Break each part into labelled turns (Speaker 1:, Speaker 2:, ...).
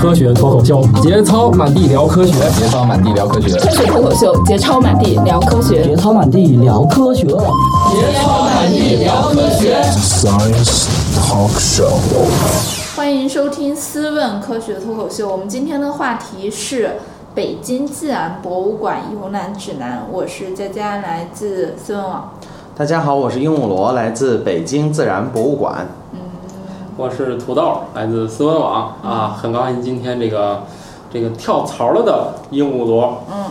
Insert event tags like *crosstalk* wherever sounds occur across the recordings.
Speaker 1: 科学脱口秀，节操满地聊科学，
Speaker 2: 节操满地聊科学，
Speaker 3: 科学脱口秀，节操满地聊科学，
Speaker 4: 节操满地聊科学，
Speaker 5: 节操满地聊科学。
Speaker 6: Science Talk Show，
Speaker 5: 欢迎收听《思问科学脱口秀》。我们今天的话题是北京自然博物馆游览指南。我是佳佳，来自思问网。
Speaker 7: 大家好，我是鹦鹉螺，来自北京自然博物馆。
Speaker 8: 我是土豆，来自思文网啊，很高兴今天这个这个跳槽了的鹦鹉螺，
Speaker 5: 嗯，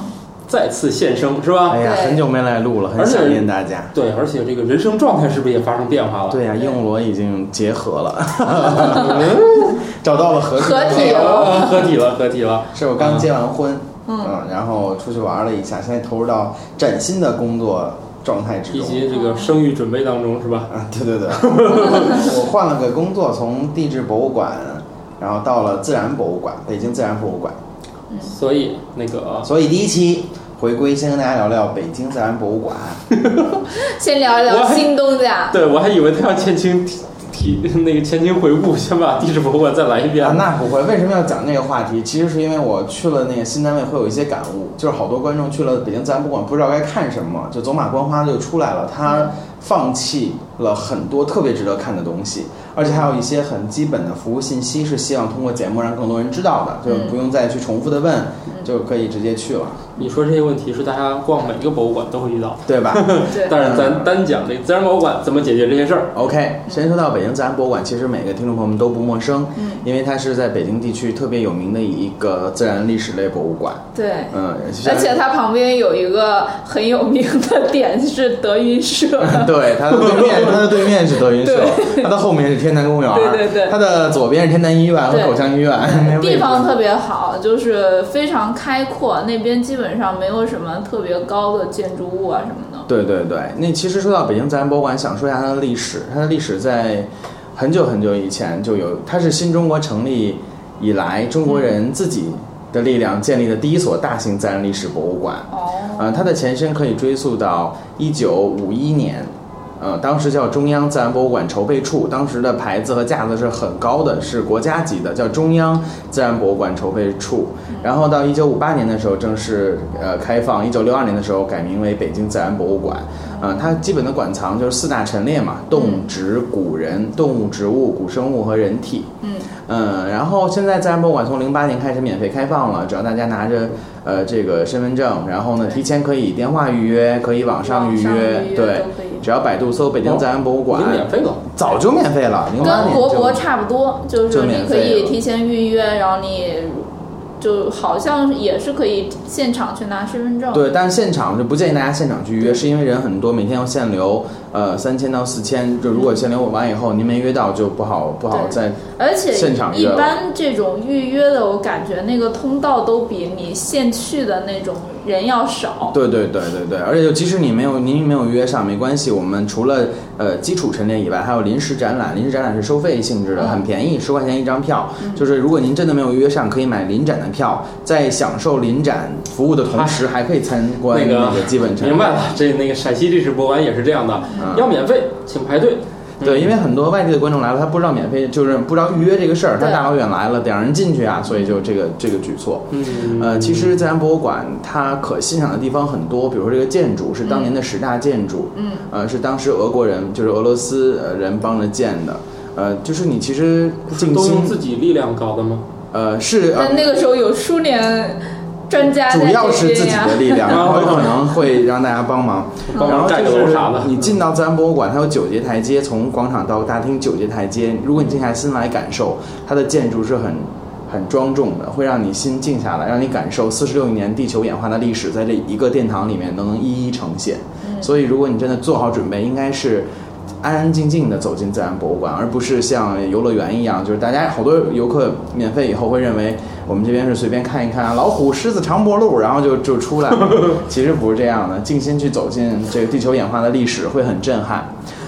Speaker 8: 再次现身是
Speaker 5: 哦
Speaker 8: 吧？
Speaker 7: 哎呀，很久没来录了，很想念大家。
Speaker 8: 对，而且这个人生状态是不是也发生变
Speaker 5: 哦
Speaker 8: 化了？
Speaker 7: 对呀、啊，鹦鹉螺已经结合了，
Speaker 5: *laughs*
Speaker 7: 找到了合
Speaker 5: 合体
Speaker 8: 了，合体了，合体了。
Speaker 7: 是我刚结完婚，
Speaker 5: 嗯，
Speaker 7: 嗯然后出去玩了一下，现在投入到崭新的工作。状态之中，
Speaker 8: 以及这个生育准备当中是吧？
Speaker 7: 啊，对对对， *laughs* 我换了个工作，从地质博物馆，然后到了自然博物馆，北京自然博物馆。
Speaker 5: 嗯、
Speaker 8: 所以那
Speaker 5: 哦
Speaker 8: 个，
Speaker 7: 所以第一期回归，先跟大家聊聊北京自然博物馆，
Speaker 5: 先聊一聊新东家。
Speaker 8: 对，我还以为他要前情提那个前情回顾，先把地质博物馆再来一遍、
Speaker 7: 啊。那不会，为什么要讲那个话题？其实是因为我去了那个新单位，会有一些感悟，就是好多观众去了北京自然博物馆，不知道该看什么，就走马观花就出来了。
Speaker 5: 嗯
Speaker 7: 他放弃了很多特别值得看的东西，而且还有一些很基本的服务信息，是希望通过节目让更多人知道的，就不用再去重复的问，
Speaker 5: 嗯、
Speaker 7: 就可以直接
Speaker 5: *laughs*
Speaker 7: 去了。
Speaker 8: 你说这些问题是大家逛每个博物馆都会遇到，
Speaker 7: 对吧？
Speaker 5: 对。
Speaker 8: 但是咱单讲这自然博物馆怎么解决这些事儿。
Speaker 7: OK，先说到北京自然博物馆，其实每个听众朋友们都不陌生，
Speaker 5: 嗯，
Speaker 7: 因为它是在北京地区特别有名的一个自然历史类博物馆。
Speaker 5: 对，
Speaker 7: 嗯，
Speaker 5: 而且它旁边有一个很有名的点是德云社。
Speaker 7: *laughs*
Speaker 5: *laughs*
Speaker 7: 对，它的对面，它的对面是德云社，它的后面是天坛公园，
Speaker 5: 对对对，
Speaker 7: 它的左边是天坛医院和口腔医院，
Speaker 5: 地方特别好，就是非常开阔，那边基本。基本上没有什么特别高的建筑物啊什么的。
Speaker 7: 对对对，那其实说到北京自然博物馆，想说一下它的历史。它的历史在很久很久以前就有，它是新中国成立以来中国
Speaker 5: 嗯
Speaker 7: 人自己的力量建立的第一所大型自然历史博物馆。
Speaker 5: 哦、
Speaker 7: 嗯。呃，它的前身可以追溯到一九五一年，呃，当时叫中央自然博物馆筹备处，当时的牌子和架子是很高的，是国家级的，叫中央自然博物馆筹备处。然后到一九五八年的时候正式呃开放，一九六二年的时候改名为北京自然博物馆。嗯、呃，它基本的馆藏就是四大陈列嘛：动植古人、动物、植物、古生物和人体。
Speaker 5: 嗯
Speaker 7: 嗯，然后现在自然博物馆从零八年开始免费开放了，只要大家拿着呃这个身份证，然后呢提前可以电话预约，可以网上
Speaker 5: 预
Speaker 7: 约，对，只要百度搜北京自然博物馆，
Speaker 8: 哦、免费了，
Speaker 7: 早就免费了，零八
Speaker 5: 年跟国博差不多，就是你可以提前预约，然后你。就好像也是可以现场去拿身份证，
Speaker 7: 对，但是现场就不建议大家现场去约，是因为人很多，每天要限流，呃，三千到四千，就如果限流完以后您没约到就不好不好在，
Speaker 5: 而且
Speaker 7: 现场
Speaker 5: 一般这种预约的，我感觉那个通道都比你现去的那种人要少。
Speaker 7: 对对对对对，而且就即使你没有您没有约上没关系，我们除了呃基础陈列以外，还有临时展览，临时展览是收费性质的，很便宜，十块钱一张票，
Speaker 5: 嗯、
Speaker 7: 就是如果您真的没有约上，可以买临展的。票在享受临展服务的同时，还可以参观
Speaker 8: 那
Speaker 7: 个基本陈
Speaker 8: 明白了，这那个陕西历史博物馆也是这样的，
Speaker 7: 嗯、
Speaker 8: 要免费，请排队。
Speaker 7: 对，因为很多外地的观众来了，他不知道免费，就是不知道预约这个事儿，他大老远来了，得让人进去啊，所以就这个这个举措。
Speaker 8: 嗯，
Speaker 7: 呃，其实自然博物馆它可欣赏的地方很多，比如说这个建筑是当年的十大建筑，
Speaker 5: 嗯，
Speaker 7: 呃，是当时俄国人，就是俄罗斯呃人帮着建的，呃，就是你其实
Speaker 8: 都用自己力量搞的吗？
Speaker 7: 呃，是，
Speaker 5: 但那个时候有苏联专家，
Speaker 7: 主要是自己的力量，然后有可能会让大家啊帮忙。然后就是你进到自然博物馆，它有九节台阶，从广场到大厅九节台阶。如果你静下心来感受，它的建筑是很很庄重的，会让你心静下来，让你感受四十六亿年地球演化的历史，在这一个殿堂里面都能一一呈现。所以，如果你真的做好准备，应该是。安安静静的走进自然博物馆，而不是像游乐园一样，就是大家好多游客免费以后会认为我们这边是随便看一看老虎、狮子、长脖鹿，然后就就出来了。其实不是这样的，静心去走进这个地球演化的历史会很震撼。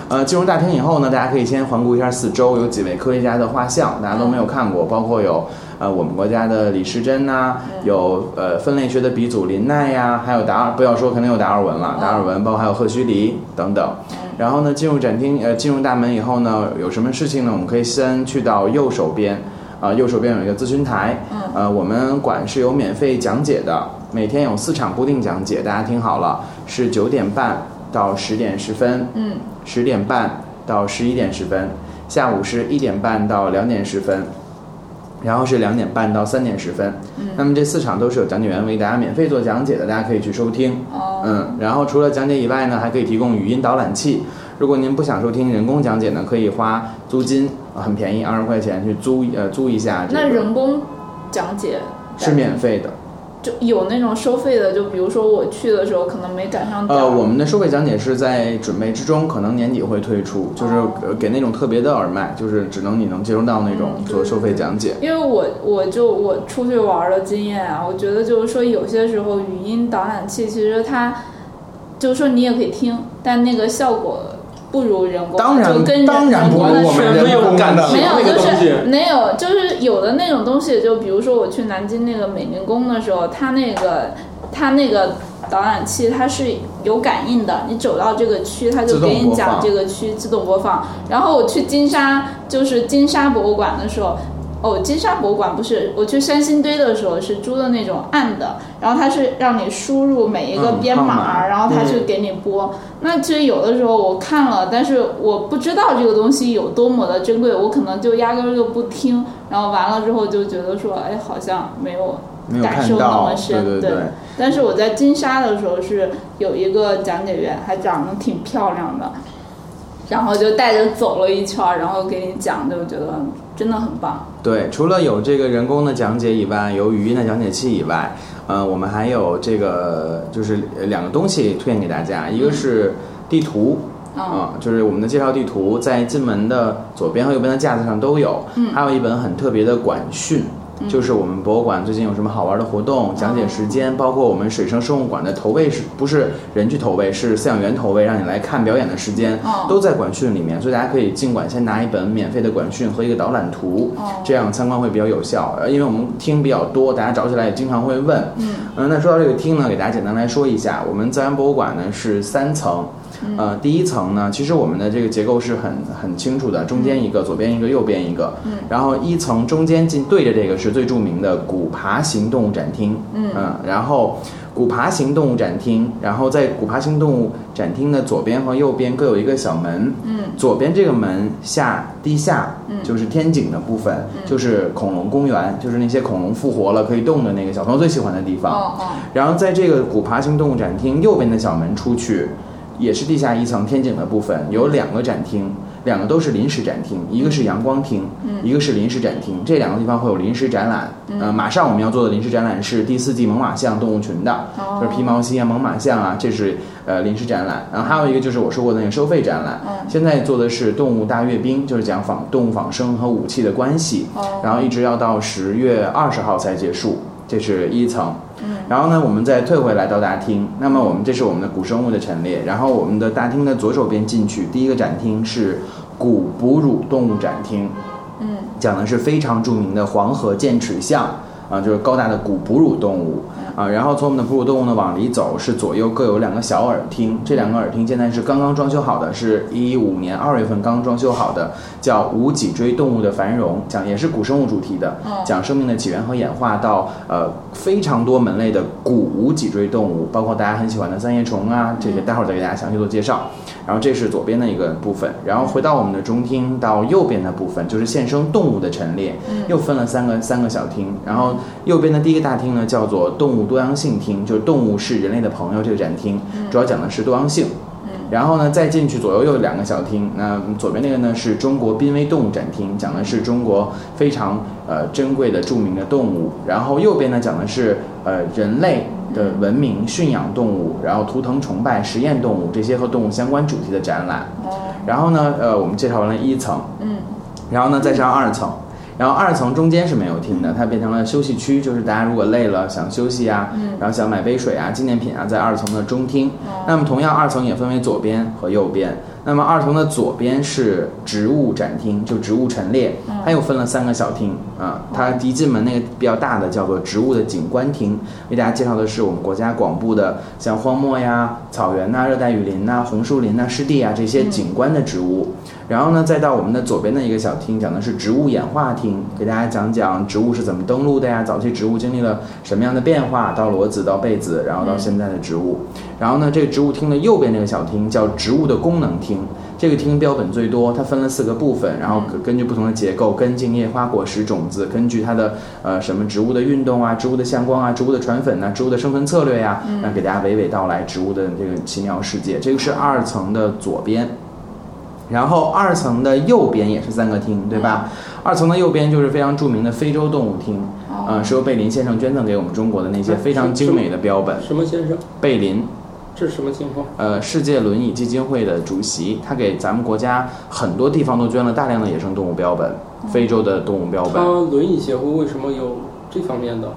Speaker 7: 呃，进入大厅以后呢，大家可以先环顾一下四周，有几位科学家的画像，大家都没有看过，包括有呃我们国家的李时珍呐、啊，有呃分类学的鼻祖林奈呀、啊，还有达尔，不要说肯定有达尔文了，达尔文，包括还有赫胥黎等等。然后呢，进入展厅，呃，进入大门以后呢，有什么事情呢？我们可以先去到右手边，啊、啊、右手边有一个咨询台，
Speaker 5: 嗯
Speaker 7: 呃，我们馆是有免费讲解的，每天有四场固定讲解，大家听好了，是九点半到十点十分，
Speaker 5: 嗯，
Speaker 7: 十点半到十一点十分，下午是一点半到两点十分，然后是两点半到三点十分。
Speaker 5: 嗯
Speaker 7: 那么这四场都是有讲解员为大家免费做讲解的，大家可以去收听。
Speaker 5: 哦，
Speaker 7: 嗯，然后除了讲解以外呢，还可以提供语音导览器。如果您不想收听人工讲解呢，可以花租金，呃很便宜，二十块钱去租呃租一下、这个。
Speaker 5: 那人工讲解
Speaker 7: 是免费的。
Speaker 5: 就有那种收费的，就比如说我去的时候可能没赶上点儿
Speaker 7: 呃，我们的收费讲解是在准备之中，可能年底会推出，就是呃给那种特别的耳麦，就是只能你能接收到那种
Speaker 5: 嗯
Speaker 7: 做收费讲解。
Speaker 5: 因为我我就我出去玩儿的经验啊，我觉得就是说有些时候语音导览器其实它，就是说你也可以听，但那个效果不如人工，
Speaker 7: 当
Speaker 5: 就跟
Speaker 7: 然，
Speaker 5: 人
Speaker 7: 当然不
Speaker 5: 人工
Speaker 7: 如
Speaker 5: 的
Speaker 7: 我们
Speaker 8: 没有
Speaker 7: 人工
Speaker 8: 感
Speaker 7: 的
Speaker 8: 情
Speaker 5: 没有，
Speaker 8: 那个
Speaker 5: 就
Speaker 8: 东西
Speaker 5: 是没有，就是有的那种东西，就比如说我去南京那个美龄宫的时候，它那个它那个导览器它是有感应的，你走到这个区，它就
Speaker 7: 自动
Speaker 5: 给你
Speaker 7: 播
Speaker 5: 讲
Speaker 7: 放
Speaker 5: 这个区自动播放。然后我去金沙，就是金沙博物馆的时候。哦，金沙博物馆不是，我去三星堆的时候是租的那种暗的，然后它是让你输入每一个
Speaker 7: 嗯
Speaker 5: 编
Speaker 7: 号
Speaker 5: 码，
Speaker 7: 码
Speaker 5: 然后它去给你播。那其实有的时候我看了，但是我不知道这个东西有多么的珍贵，我可能就压根儿就不听，然后完了之后就觉得说，哎，好像没有。
Speaker 7: 没有
Speaker 5: 感
Speaker 7: 看
Speaker 5: 受那
Speaker 7: 到
Speaker 5: 么，
Speaker 7: 对
Speaker 5: 深
Speaker 7: 对
Speaker 5: 对但是我在金沙的时候是有一个讲解员，还长得挺漂亮的，然后就带着走了一圈儿，然后给你讲，就觉得真的很棒。
Speaker 7: 对，除了有这个人工的讲解以外，有语音的讲解器以外，呃，我们还有这个就是呃两个东西推荐给大家，一个是地图。
Speaker 5: 嗯
Speaker 7: 啊、就是我们的介绍地图，在进门的左边和右边的架子上都有。
Speaker 5: 嗯
Speaker 7: 还有一本很特别的馆讯，就是我们博物馆最近有什么好玩的活动，讲
Speaker 5: 哦
Speaker 7: 解时间，包括我们水生生物馆的投喂是不是人去投喂，是饲养员投喂，让你来看表演的时间，
Speaker 5: 哦
Speaker 7: 都在馆讯里面，所以大家可以进馆先拿一本免费的馆讯和一个导览图，
Speaker 5: 哦
Speaker 7: 这样参观会比较有效。呃因为我们听比较多，大家找起来也经常会问。
Speaker 5: 嗯
Speaker 7: 嗯，那说到这个厅呢，给大家简单来说一下，我们自然博物馆呢是三层，呃，第一层呢，其实我们的这个结构是很很清楚的，中间一个，左边一个，右边一个，
Speaker 5: 嗯
Speaker 7: 然后一层中间进对着这个是最著名的古爬行动物展厅，呃
Speaker 5: 嗯
Speaker 7: 然后古爬行动物展厅，然后在古爬行动物展厅的左边和右边各有一个小门，
Speaker 5: 嗯
Speaker 7: 左边这个门下地下，
Speaker 5: 嗯
Speaker 7: 就是天井的部分，就是恐龙公园，就是那些恐龙复活了可以动的那个小朋友最喜欢的地
Speaker 5: 哦
Speaker 7: 方。
Speaker 5: 哦
Speaker 7: 然后在这个古爬行动物展厅右边的小门出去，也是地下一层天井的部分，有两个展厅，两个都是临时展厅，一个是阳光厅，
Speaker 5: 嗯
Speaker 7: 一个是临时展厅。这两个地方会有临时展览。呃，马上我们要做的临时展览是第四季猛犸象动物群的，
Speaker 5: 哦
Speaker 7: 就是皮毛犀啊、猛犸象啊，这是呃临时展览。然后还有一个就是我说过的那个收费展览，
Speaker 5: 嗯
Speaker 7: 现在做的是动物大阅兵，就是讲仿动物仿生和武器的关系。
Speaker 5: 哦，
Speaker 7: 然后一直要到十月二十号才结束，这是一层。
Speaker 5: 嗯，
Speaker 7: 然后呢，我们再退回来到大厅。那么我们这是我们的古生物的陈列，然后我们的大厅的左手边进去，第一个展厅是古哺乳动物展厅，
Speaker 5: 嗯，
Speaker 7: 讲的是非常著名的黄河剑齿象。啊，就是高大的古哺乳动物
Speaker 5: 嗯
Speaker 7: 啊，然后从我们的哺乳动物呢往里走，是左右各有两个小耳厅，这两个耳厅现在是刚刚装修好的，是一五年二月份刚装修好的，叫《无脊椎动物的繁荣》，讲也是古生物主题的，
Speaker 5: 哦
Speaker 7: 讲生命的起源和演化到呃非常多门类的古无脊椎动物，包括大家很喜欢的三叶虫啊，这些待会儿再给大家详细做介绍。然后这是左边的一个部分，然后回到我们的中厅，到右边的部分就是现生动物的陈列，又分了三个三个小厅。然后右边的第一个大厅呢叫做动物多样性厅，就是动物是人类的朋友这个展厅，主要讲的是多样性。
Speaker 5: 嗯
Speaker 7: 然后呢，再进去左右右两个小厅，那左边那个呢是中国濒危动物展厅，讲的是中国非常呃珍贵的著名的动物。然后右边呢讲的是呃人类的文明、驯养动物，然后图腾崇拜、实验动物这些和动物相关主题的展览。
Speaker 5: 哦
Speaker 7: 然后呢，呃，我们介绍完了一层，
Speaker 5: 嗯，
Speaker 7: 然后呢再上二层，然后二层中间是没有厅的，它变成了休息区，就是大家如果累了想休息啊，
Speaker 5: 嗯
Speaker 7: 然后想买杯水啊、纪念品啊，在二层的中厅。
Speaker 5: 哦
Speaker 7: 那么同样，二层也分为左边和右边。那么二层的左边是植物展厅，就植物陈列，
Speaker 5: 嗯
Speaker 7: 它又分了三个小厅啊。它一进门那个比较大的叫做植物的景观厅，为大家介绍的是我们国家广布的像荒漠呀、草原呐、热带雨林呐、红树林呐、湿地啊这些景观的植物。然后呢，再到我们的左边的一个小厅，讲的是植物演化厅，给大家讲讲植物是怎么登陆的呀，早期植物经历了什么样的变化，到裸子到被子，然后到现在的植物。然后呢，这个植物厅的右边这个小厅叫植物的功能厅，这个厅标本最多，它分了四个部分，然后根据不同的结构，根茎、叶、花、果实、种子，根据它的呃什么植物的运动啊、植物的向光啊、植物的传粉呐、植物的生存策略呀、那给大家娓娓道来植物的这个奇妙世界。这个是二层的左边。然后二层的右边也是三个厅，对吧？二层的右边就是非常著名的非洲动物厅，嗯、呃，是由贝林先生捐赠给我们中国的那些非常精美的标本。
Speaker 8: 什么先生？
Speaker 7: 贝林，
Speaker 8: 这是什么情况？
Speaker 7: 呃，世界轮椅基金会的主席，他给咱们国家很多地方都捐了大量的野生动物标本，非洲的动物标
Speaker 8: 他
Speaker 7: 本。
Speaker 8: 轮椅协会为什么有这方面的？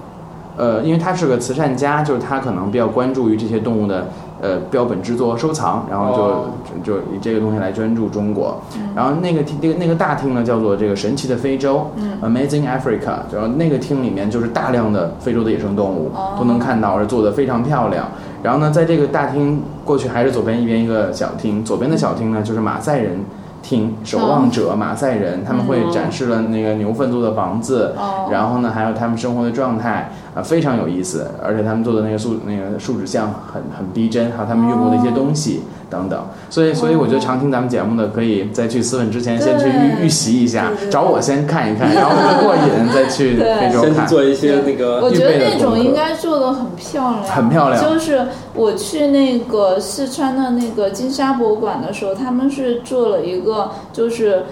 Speaker 7: 呃，因为他是个慈善家，就是他可能比较关注于这些动物的呃标本制作收藏，然后就、
Speaker 8: 哦
Speaker 7: 就就以这个东西来专注中国。然后那个厅那个那个大厅呢，叫做这个神奇的非洲、Amazing Africa，然后那个厅里面就是大量的非洲的野生动物、
Speaker 5: 哦
Speaker 7: 都能看到，而做的非常漂亮。然后呢，在这个大厅过去还是左边一边一个小厅，左边的小厅呢就是马赛人。厅守望者、马赛人，他们会展示了那个牛粪做的房子，
Speaker 5: 哦，
Speaker 7: 然后呢，还有他们生活的状态啊、呃非常有意思，而且他们做的那个树那个树脂像很很逼真，还有他们用过的一些东西等等。所以，所以我觉得常听咱们节目的，可以在去私粉之前先去预
Speaker 5: 对
Speaker 7: 预习一下
Speaker 5: 对对，对
Speaker 7: 找我先看一看，然后会过瘾再去
Speaker 5: 对
Speaker 7: 非洲
Speaker 8: 先去
Speaker 7: 看。
Speaker 8: 做一些那 *laughs* 个
Speaker 5: 我觉得
Speaker 7: 呃预备的
Speaker 5: 那种
Speaker 7: 功课
Speaker 5: 应该做的很漂亮，
Speaker 7: 很漂亮
Speaker 5: 就是我去那个四川的那个金沙博物馆的时候，他们是做了一个就是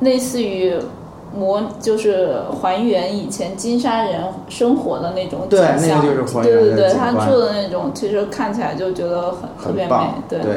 Speaker 5: 类似于。模就是还原以前金沙人生活的那种景
Speaker 7: 对
Speaker 5: 象，
Speaker 7: 那个就是还原
Speaker 5: 对对
Speaker 7: 的
Speaker 5: 对，
Speaker 7: 景
Speaker 5: 他
Speaker 7: 观
Speaker 5: 做的那种，其实看起来就觉得很特
Speaker 7: 很
Speaker 5: 别美
Speaker 7: 棒，，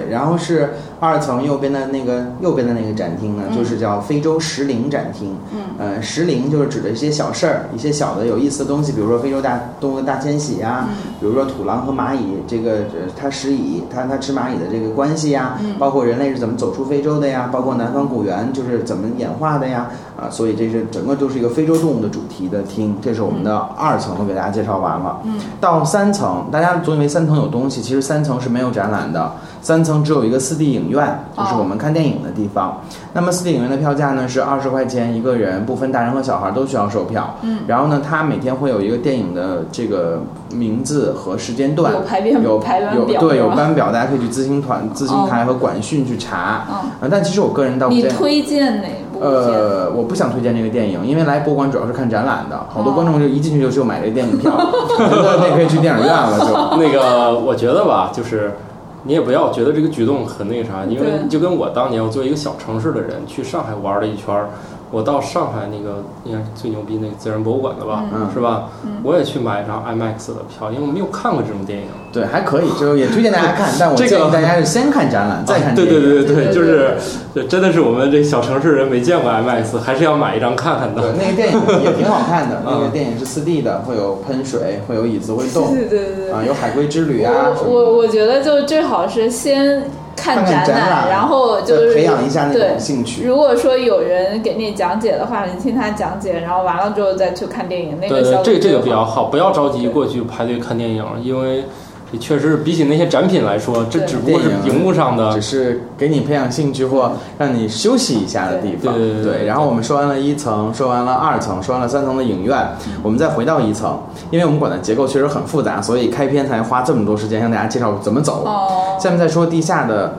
Speaker 7: 然后是二层右边的那个右边的那个展厅呢，
Speaker 5: 嗯
Speaker 7: 就是叫非洲石林展厅。嗯，呃，石林就是指的一些小事儿，一些小的有意思的东西，比如说非洲大动物的大迁徙啊，
Speaker 5: 嗯
Speaker 7: 比如说土狼和蚂蚁这个呃它食蚁，它它吃蚂蚁的这个关系呀，包括人类是怎么走出非洲的呀，包括南方古猿就是怎么演化的呀，啊，所以这是整个就是一个非洲动物的主题的厅，这是我们的二层都给大家介绍完了。嗯，到三层，大家总以为三层有东西，其实三层是没有展览的，三层只有一个四 D 影院，就是我们看电影的地方。那么四 D 影院的票价呢是二十块钱一个人，不分大人和小孩都需要售票。嗯，然后呢，它每天会有一个电影的这个名字和时间段，
Speaker 5: 有排片
Speaker 7: 有
Speaker 5: 排班
Speaker 7: 有
Speaker 5: 表
Speaker 7: 对
Speaker 5: 是
Speaker 7: 有
Speaker 5: 吧
Speaker 7: 班表，大家可以去咨询团、咨询台和管讯去查。
Speaker 5: 嗯
Speaker 7: 啊，但其实我个人倒不
Speaker 5: 你
Speaker 7: 建议
Speaker 5: 推荐哪部片？
Speaker 7: 呃，我不想推荐这个电影，因为来博物馆主要是看展览的，好多
Speaker 5: 哦
Speaker 7: 观众就一进去就去买这个电影票，那那可以去电影院了就。
Speaker 8: 那个，我觉得吧，就是你也不要觉得这个举动很那个啥，因为
Speaker 5: 对
Speaker 8: 就跟我当年我作为一个小城市的人去上海玩了一圈儿，我到上海那个应该是最牛逼那个自然博物馆的吧，
Speaker 7: 嗯
Speaker 8: 是吧？我也去买一张 IMAX 的票，因为我没有看过这种电影。
Speaker 7: 对，还可以，就是也推荐大家看，但我
Speaker 8: 这
Speaker 7: 建
Speaker 8: 个啊
Speaker 7: 议大家是先看展览，再看
Speaker 8: 对
Speaker 7: 电影。
Speaker 8: 对对对
Speaker 5: 对对
Speaker 8: 就是这真的是我们这小城市人没见过 IMAX，还是要买一张看看
Speaker 7: 对
Speaker 8: 的。，
Speaker 7: 那个电影也挺好看的那个电影是四 D 的，会有喷水，会有椅子会动，
Speaker 5: 对对对对
Speaker 7: 啊，有海龟之旅啊
Speaker 5: 我
Speaker 7: 什么的。
Speaker 5: 我我觉得就最好是先看
Speaker 7: 看
Speaker 5: 展
Speaker 7: 看展览
Speaker 5: 然后就
Speaker 7: 再
Speaker 5: 是
Speaker 7: 培养一下那种
Speaker 5: 对
Speaker 7: 兴趣
Speaker 5: 如果说有人给你讲解的话，你听他讲解，然后完了之后再去看电影，那
Speaker 8: 对
Speaker 5: 个
Speaker 8: 对
Speaker 5: 效，
Speaker 8: 这
Speaker 5: 率
Speaker 8: 个这个比
Speaker 5: 最
Speaker 8: 较好，
Speaker 5: 好。
Speaker 8: 不要着急过去排队看电影，因为这确实比起那些展品来说，这
Speaker 5: 对
Speaker 8: 只不过是
Speaker 7: 电影
Speaker 8: 荧幕上的
Speaker 7: 只是给你培养兴趣或让你休息一下的地方。
Speaker 8: 对对对对
Speaker 7: 然后我们说完了一层，说完了二层，说完了三层的影院，我们再回到一层，因为我们馆的结构确实很复杂，所以开篇才花这么多时间向大家介绍怎么走。
Speaker 5: 哦，
Speaker 7: 下面再说地下的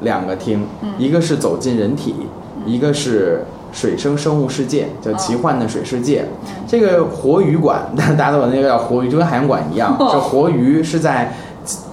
Speaker 7: 两个厅，一个是走进人体，一个是水生生物世界，叫奇幻的水世界。这个活鱼馆， *laughs* 大家都管那个叫活鱼，就跟海洋馆一样。这活鱼是在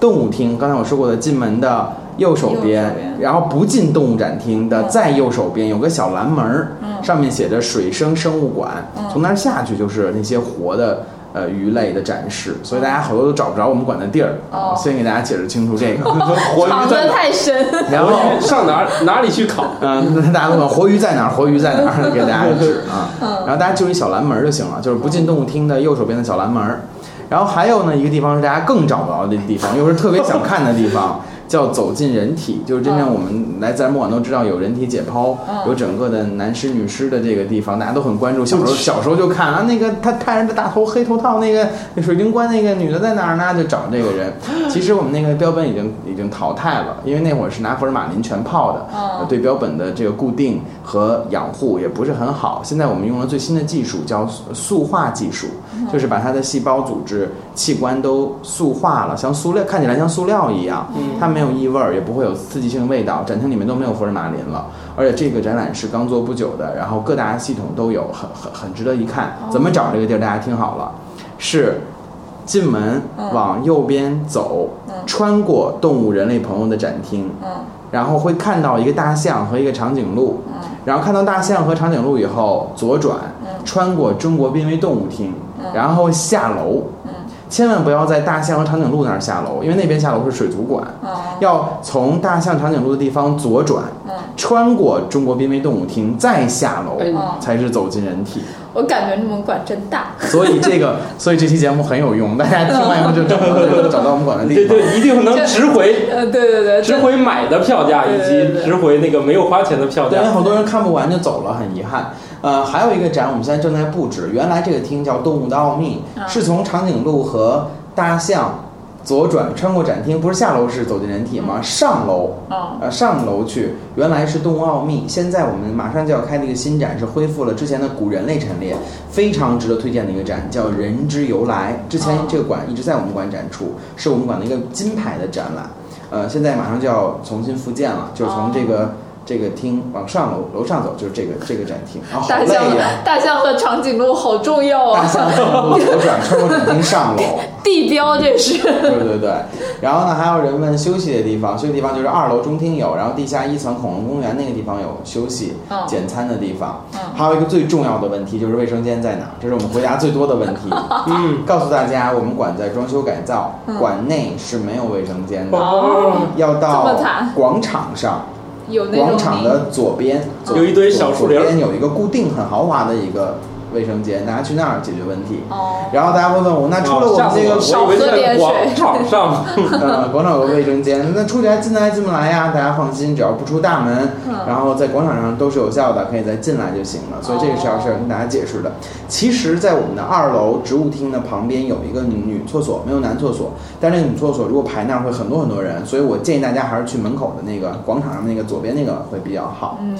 Speaker 7: 动物厅，刚才我说过的，进门的右手边，
Speaker 5: 右手边嗯
Speaker 7: 然后不进动物展厅的再右手边有个小栏门儿，上面写着水生生物馆，
Speaker 5: 嗯
Speaker 7: 从那儿下去就是那些活的。呃，鱼类的展示，所以大家好多都找不着我们馆的地儿。
Speaker 5: 哦
Speaker 7: 先给大家解释清楚这个。
Speaker 8: 活
Speaker 5: 藏
Speaker 8: 鱼在
Speaker 5: 得太深。
Speaker 7: 然后，
Speaker 8: 活鱼上哪哪里去考？
Speaker 7: 嗯、大家都问活鱼在哪儿？活鱼在哪儿？给大家指啊。然后大家就一小蓝门儿就行了，就是不进动物厅的右手边的小蓝门儿。然后还有呢，一个地方是大家更找不着的地方，又是特别想看的地方，叫《走进人体》，就是真正
Speaker 5: 嗯
Speaker 7: 我们来自然博物馆都知道有人体解剖，
Speaker 5: 嗯
Speaker 7: 有整个的男尸女尸的这个地方，大家都很关注。
Speaker 5: 嗯
Speaker 7: 小时候小时候就看啊，那个他看人的大头黑头套，那个那水晶棺那个女的在哪儿呢？就找这个人。
Speaker 5: 嗯
Speaker 7: 其实我们那个标本已经已经淘汰了，因为那会儿是拿福尔马林全泡的，呃
Speaker 5: 嗯
Speaker 7: 对标本的这个固定和养护也不是很好。现在我们用了最新的技术，叫塑化技术，
Speaker 5: 嗯
Speaker 7: 就是把它的细胞、组织、器官都塑化了，像塑料看起来像塑料一样，
Speaker 5: 嗯
Speaker 7: 它没有异味儿，也不会有刺激性味道。展厅里面都没有福尔马林了，而且这个展览是刚做不久的，然后各大系统都有，很很很值得一看。
Speaker 5: 哦
Speaker 7: 怎么找这个地儿？大家听好了，是进门
Speaker 5: 嗯
Speaker 7: 往右边走，
Speaker 5: 嗯
Speaker 7: 穿过动物人类朋友的展厅，
Speaker 5: 嗯
Speaker 7: 然后会看到一个大象和一个长颈鹿，
Speaker 5: 嗯
Speaker 7: 然后看到大象和长颈鹿以后左转，
Speaker 5: 嗯
Speaker 7: 穿过中国濒危动物厅，
Speaker 5: 嗯
Speaker 7: 然后下楼，
Speaker 5: 嗯
Speaker 7: 千万不要在大象和长颈鹿那儿下楼，因为那边下楼是水族馆，
Speaker 5: 嗯
Speaker 7: 要从大象、长颈鹿的地方左转，
Speaker 5: 嗯，
Speaker 7: 穿过中国濒危动物厅再下楼
Speaker 8: 哎，
Speaker 5: 嗯
Speaker 7: 才是走进人体。
Speaker 3: 我感觉你们馆真大，
Speaker 7: 所以这个，所以这期节目很有用，大家听完以后就找到 *laughs* 找到我们馆的地
Speaker 8: 对
Speaker 7: 方。
Speaker 8: 对，一定能值回
Speaker 3: 呃，对对对，
Speaker 8: 值回买的票价，以
Speaker 3: 对对
Speaker 8: 及
Speaker 3: 对
Speaker 8: 值回那个没有花钱的票
Speaker 7: 对，因为
Speaker 8: 价。
Speaker 7: 好多人看不完就走了，很遗憾。呃，还有一个展，我们现在正在布置。原来这个厅叫《动物的奥秘》，
Speaker 5: 啊
Speaker 7: 是从长颈鹿和大象左转，穿过展厅，不是下楼是走进人体吗？上楼，
Speaker 5: 哦
Speaker 7: 呃，上楼去。原来是《动物奥秘》，现在我们马上就要开的一个新展，是恢复了之前的古人类陈列，非常值得推荐的一个展，叫《人之由来》。之前
Speaker 5: 哦
Speaker 7: 这个馆一直在我们馆展出，是我们馆的一个金牌的展览。呃，现在马上就要重新复建了，就是从这个。这个厅往上楼楼上走就是这个这个展厅，啊，好
Speaker 3: 大
Speaker 7: 累
Speaker 3: 象
Speaker 7: 呀！
Speaker 3: 大象和长颈鹿好重要
Speaker 7: 大
Speaker 3: 啊，
Speaker 7: 象从左转穿过展厅上楼，
Speaker 3: 地标这是，
Speaker 7: *laughs* 对对对。然后呢，还有人问休息的地方，休息地方就是二楼中厅有，然后地下一层恐龙公园那个地方有休息、
Speaker 5: 嗯
Speaker 7: 简餐的地方。
Speaker 5: 嗯
Speaker 7: 还有一个最重要的问题就是卫生间在哪儿，这是我们回答最多的问
Speaker 5: *laughs*
Speaker 7: 题。
Speaker 8: 嗯，
Speaker 7: 告诉大家，我们馆在装修改造，
Speaker 5: 嗯
Speaker 7: 馆内是没有卫生间的，
Speaker 8: 哦，
Speaker 7: 要到
Speaker 3: 这么惨
Speaker 7: 广场上。
Speaker 5: 有那种嗯
Speaker 7: 广场的左边左
Speaker 8: 有一堆小树林
Speaker 7: 左边有一个固定很豪华的一个卫生间，大家去那儿解决问题。
Speaker 5: 哦，
Speaker 7: 然后大家会问我，那啊除了我们
Speaker 8: 吓死
Speaker 7: 这个
Speaker 8: 我我以为
Speaker 3: 少喝
Speaker 8: 在
Speaker 3: 点
Speaker 8: 广场上，
Speaker 7: *laughs* 呃广场有个卫生间，那出去还进来进不来呀？大家放心，只要不出大门，
Speaker 5: 嗯
Speaker 7: 然后在广场上都是有效的，可以再进来就行了。所以这个是要是要跟大家解释的。其实，在我们的二楼植物厅的旁边有一个女女厕所，没有男厕所，但是那个女厕所如果排那儿会很多很多人，所以我建议大家还是去门口的那个广场上那个左边那个会比较好。
Speaker 5: 嗯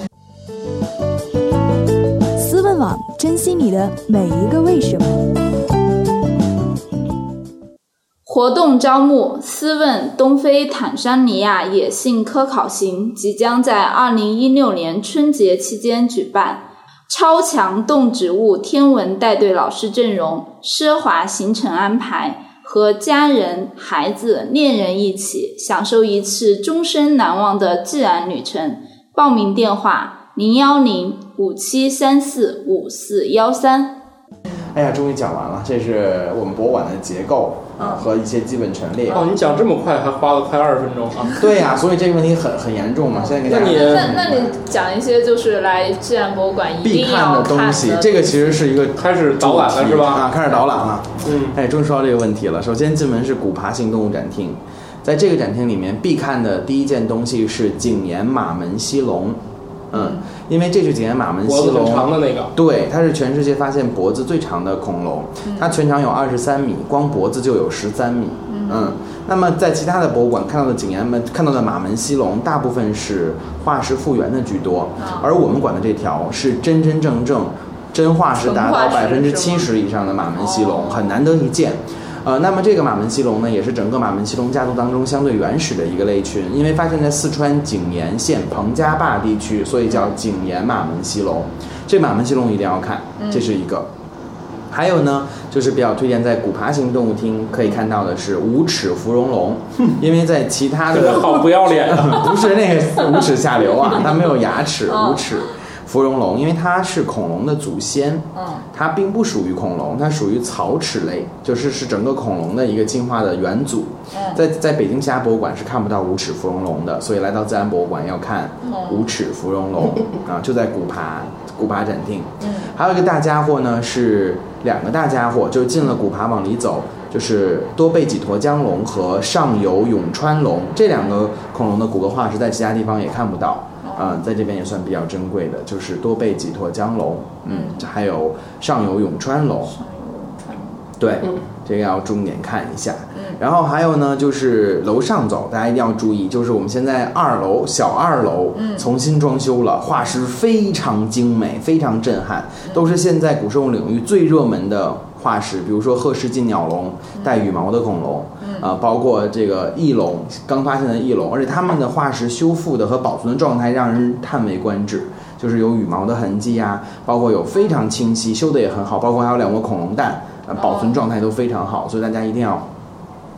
Speaker 2: 思问网珍惜你的每一个为什么。
Speaker 5: 活动招募：思问东非坦桑尼亚野性科考行即将在二零一六年春节期间举办。超强动植物天文带队老师阵容，奢华行程安排，和家人、孩子、恋人一起享受一次终身难忘的自然旅程。报名电话：零幺零五七三四五四幺三。
Speaker 7: 哎呀，终于讲完了，这是我们博物馆的结构
Speaker 5: 嗯
Speaker 7: 啊和一些基本陈列。
Speaker 8: 哦，你讲这么快，还花了快二十分钟啊！
Speaker 7: 对呀、所以这个问题很很严重嘛。现在给大家
Speaker 8: 那你
Speaker 5: 那那你讲一些就是来自然博物馆一
Speaker 7: 必
Speaker 5: 定
Speaker 7: 看
Speaker 5: 要
Speaker 7: 的
Speaker 5: 看
Speaker 7: 东西，这个其实是一个
Speaker 8: 开始导览了是吧？
Speaker 7: 啊，开始导览了。
Speaker 8: 嗯，
Speaker 7: 哎，终于说到这个问题了。首先进门是古爬行动物展厅，在这个展厅里面必看的第一件东西是颈沿马门溪龙，嗯，因为这是颈沿马门
Speaker 8: 脖
Speaker 7: 溪
Speaker 8: 子很
Speaker 7: 龙
Speaker 8: 长的那个，
Speaker 7: 对，它是全世界发现脖子最长的恐龙，
Speaker 5: 嗯
Speaker 7: 它全长有二十三米，光脖子就有十三米。嗯，那么在其他的博物馆看到的景岩门看到的马门溪龙，大部分是化石复原的居多，
Speaker 5: 啊
Speaker 7: 而我们馆的这条是真真正正真化石
Speaker 5: 纯
Speaker 7: 达到
Speaker 5: 化
Speaker 7: 百
Speaker 5: 石
Speaker 7: 分之
Speaker 5: 是
Speaker 7: 七
Speaker 5: 吗哦
Speaker 7: 十以上的马门溪龙，很难得一见。呃，那么这个马门溪龙呢，也是整个马门溪龙家族当中相对原始的一个类群，因为发现在四川井盐县彭家坝地区，所以叫井盐马门溪龙。这马门溪龙一定要看，
Speaker 8: 嗯
Speaker 7: 这是一个。还有呢，就是比较推荐在古爬行动物厅可以看到的是无齿芙
Speaker 8: *laughs*
Speaker 7: 蓉龙，因为在其他
Speaker 8: 这个
Speaker 7: 的
Speaker 8: 好不要脸啊！
Speaker 7: *laughs* 不是
Speaker 8: *laughs*
Speaker 7: 那个无齿下流啊，它没有牙齿，
Speaker 8: 哦
Speaker 7: 无齿芙蓉龙，因为它是恐龙的祖先，
Speaker 5: 嗯
Speaker 7: 它并不属于恐龙，它属于草齿类，就是是整个恐龙的一个进化的元祖。
Speaker 5: 嗯
Speaker 7: 在在北京其他博物馆是看不到无齿芙蓉龙的，所以来到自
Speaker 8: 嗯
Speaker 7: 然博物馆要看无齿芙蓉龙啊，就在古爬古爬展厅。
Speaker 5: 嗯
Speaker 7: 还还有一个大家伙呢是两个大家伙，就进了古爬往里走，就是多贝几陀江龙和上游永川龙这两个恐龙的骨骼化石，在其他地方也看不到。嗯，在这边也算比较珍贵的，就是多贝几陀江龙，嗯，这还有上游永川龙，对，这个要重点看一下。然后还有呢，就是楼上走，大家一定要注意，就是我们现在二楼小二楼，重新装修了，化石非常精美，非常震撼，都是现在古生物领域最热门的化石，比如说赫氏近鸟龙、带羽毛的恐龙，啊，包括这个翼龙，刚发现的翼龙，而且它们的化石修复的和保存的状态让人叹为观止。就是有羽毛的痕迹啊，包括有非常清晰，修的也很好，包括还有两个恐龙蛋，呃，保存状态都非常好，所以大家一定要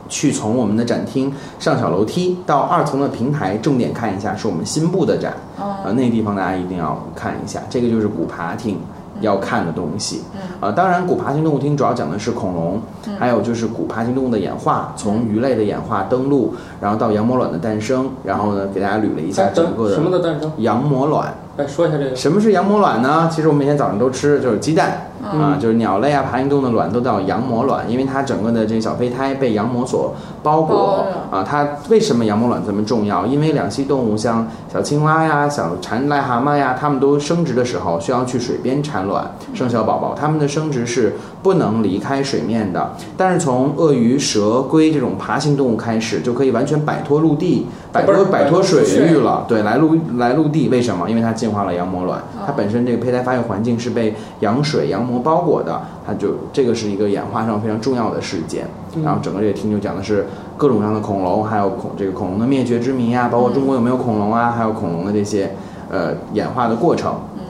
Speaker 7: 去从我们的展厅上小楼梯到二层的平台，重点看一下是我们新布的展，呃，那地方大家一定要看一下，这个就是古爬厅要看的东西。呃，当然，古爬行动物厅主要讲的是恐龙，还有就是古爬行动物的演化，从鱼类的演化登陆，然后到羊膜卵的诞生，然后呢，给大家捋了一下
Speaker 8: 哎
Speaker 7: 整个
Speaker 8: 什么
Speaker 7: 的
Speaker 8: 的诞生？
Speaker 7: 羊膜卵。
Speaker 8: 哎，说一下这个。
Speaker 7: 什么是羊膜卵呢？其实我们每天早上都吃，就是鸡蛋啊、就是鸟类啊、爬行动物的卵都叫羊膜卵，因为它整个的这个小胚胎被羊膜所包裹啊、它为什么羊膜卵这么重要？因为两栖动物像小青蛙呀、小蝉、癞蛤蟆呀，它们都生殖的时候需要去水边产卵生小宝宝，它们的生殖是不能离开水面的。但是从鳄鱼、蛇、龟这种爬行动物开始，就可以完全摆脱陆地，摆
Speaker 8: 不
Speaker 7: 脱
Speaker 8: 是
Speaker 7: 摆脱水
Speaker 8: 水
Speaker 7: 域了。对，来陆来陆地，为什么？因为它进化了羊膜卵，
Speaker 8: 哦
Speaker 7: 它本身这个胚胎发育环境是被羊水、羊膜包裹的，它就这个是一个演化上非常重要的事件。
Speaker 8: 嗯
Speaker 7: 然后整个这个厅就讲的是各种各样的恐龙，还有恐这个恐龙的灭绝之谜啊，包括中国有没有恐龙啊，还有恐龙的这些呃演化的过程。
Speaker 8: 嗯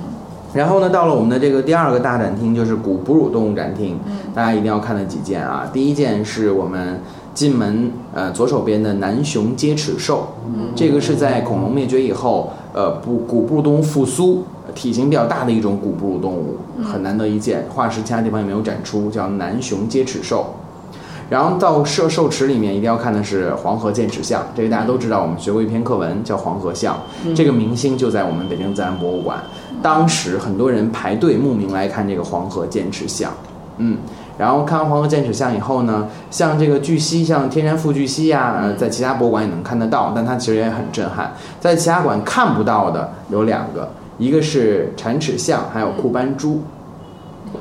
Speaker 7: 然后呢，到了我们的这个第二个大展厅，就是古哺乳动物展厅，大家一定要看的几件啊。第一件是我们进门呃左手边的南雄接齿兽，这个是在恐龙灭绝以后，呃哺古哺乳动物复苏，体型比较大的一种古哺乳动物，很难得一见，化石其他地方也没有展出，叫南雄接齿兽。然后到兽兽池里面一定要看的是黄河剑齿象，这个大家都知道，我们学过一篇课文叫《黄河象》，这个明星就在我们北京自然博物馆。当时很多人排队慕名来看这个黄河剑齿象，嗯，然后看完黄河剑齿象以后呢，像这个巨蜥，像天山富巨蜥呀、呃，在其他博物馆也能看得到，但它其实也很震撼。在其他馆看不到的有两个，一个是铲齿象，还有库班猪。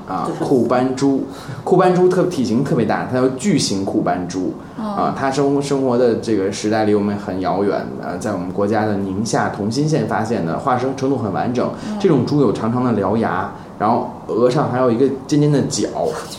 Speaker 7: 啊，库班猪，库班猪特体型特别大，它叫巨型库班猪啊。它生活生活的这个时代离我们很遥远，呃，在我们国家的宁夏同心县发现的，化生程度很完整。这种猪有长长的獠牙，然后额上还有一个尖尖的角，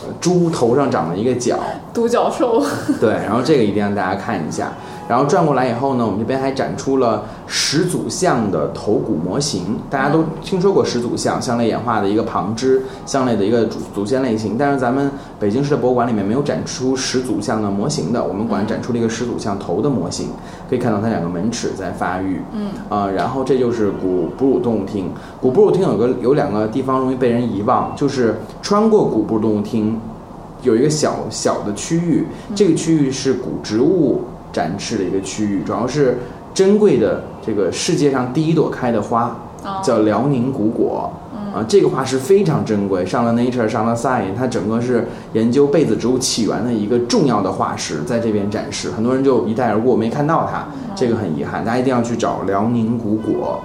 Speaker 7: 呃猪头上长了一个角，
Speaker 3: 独角兽，
Speaker 7: *laughs* 对，然后这个一定让大家看一下。然后转过来以后呢，我们这边还展出了始祖象的头骨模型。大家都听说过始祖象，象类演化的一个旁支，象类的一个祖祖先类型。但是咱们北京市的博物馆里面没有展出始祖象的模型的，我们馆展出了一个始祖象头的模型，可以看到它两个门齿在发育。嗯，啊，然后这就是古哺乳动物厅。古哺乳厅有个有两个地方容易被人遗忘，就是穿过古哺乳动物厅有一个小小的区域，这个区域是古植物展示的一个区域，主要是珍贵的这个世界上第一朵开的花，叫辽宁古果。啊，这个花是非常珍贵，上了 Nature，上了 Science，它整个是研究被子植物起源的一个重要的化石，在这边展示，很多人就一带而过，没看到它，这个很遗憾，大家一定要去找辽宁古果。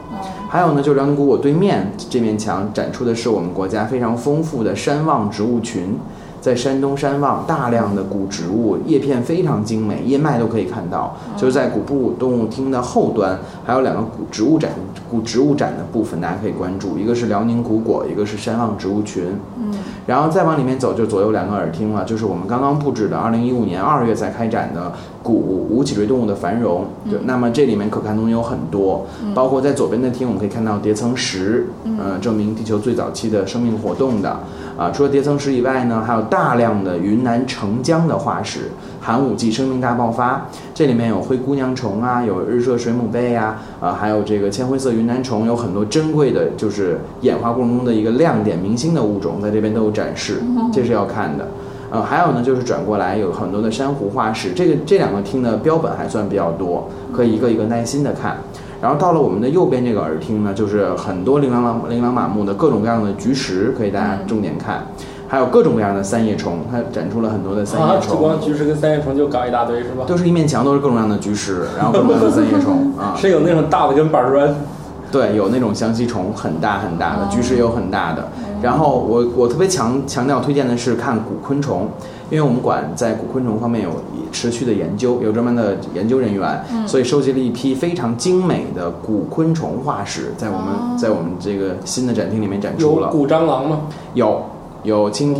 Speaker 7: 还有呢，就是辽宁古果对面这面墙展出的是我们国家非常丰富的山望植物群，在山东山望大量的古植物，叶片非常精美，叶脉都可以看到。就是在古哺乳动物厅的后端，还有两个古植物展、古植物展的部分，大家可以关注，一个是辽宁古果，一个是山望植物群。嗯，然后再往里面走，就左右两个耳厅了，就是我们刚刚布置的二零一五年二月才开展的古无脊椎动物的繁荣。对，那么这里面可看东西有很多，包括在左边的厅，我们可以看到叠层石，嗯、呃，证明地球最早期的生命活动的。啊，除了叠层石以外呢，还有大量的云南澄江的化石，寒武纪生命大爆发，这里面有灰姑娘虫啊，有日射水母贝啊，啊，还有这个浅灰色云南虫，有很多珍贵的，就是演化过程中的一个亮点明星的物种，在这边都有展示，这是要看的。呃，还有呢，就是转过来有很多的珊瑚化石，这个这两个厅的标本还算比较多，可以一个一个耐心的看。然后到了我们的右边这个耳厅呢，就是很多琳琅琳琅满目的各种各样的菊石，可以大家重点看，还有各种各样的三叶虫，它展出了很多的三
Speaker 8: 啊，
Speaker 7: 叶
Speaker 8: 就
Speaker 7: 虫，
Speaker 8: 光菊石跟三叶虫就搞一大堆是吧？
Speaker 7: 都是一面墙都是各种各样的菊石，然后各种各样的三叶虫啊，
Speaker 8: 是有那种大的跟板砖，
Speaker 7: 对，有那种香吸虫，很大很大的，菊石也有很大的。然后我我特别强强调推荐的是看古昆虫，因为我们馆在古昆虫方面有持续的研究，有专门的研究人员，所以收集了一批非常精美的古昆虫化石，在我们、在我们这个新的展厅里面展
Speaker 8: 有
Speaker 7: 出了，
Speaker 8: 古蟑螂吗？
Speaker 7: 有有蜻
Speaker 3: 哦
Speaker 7: 蜓。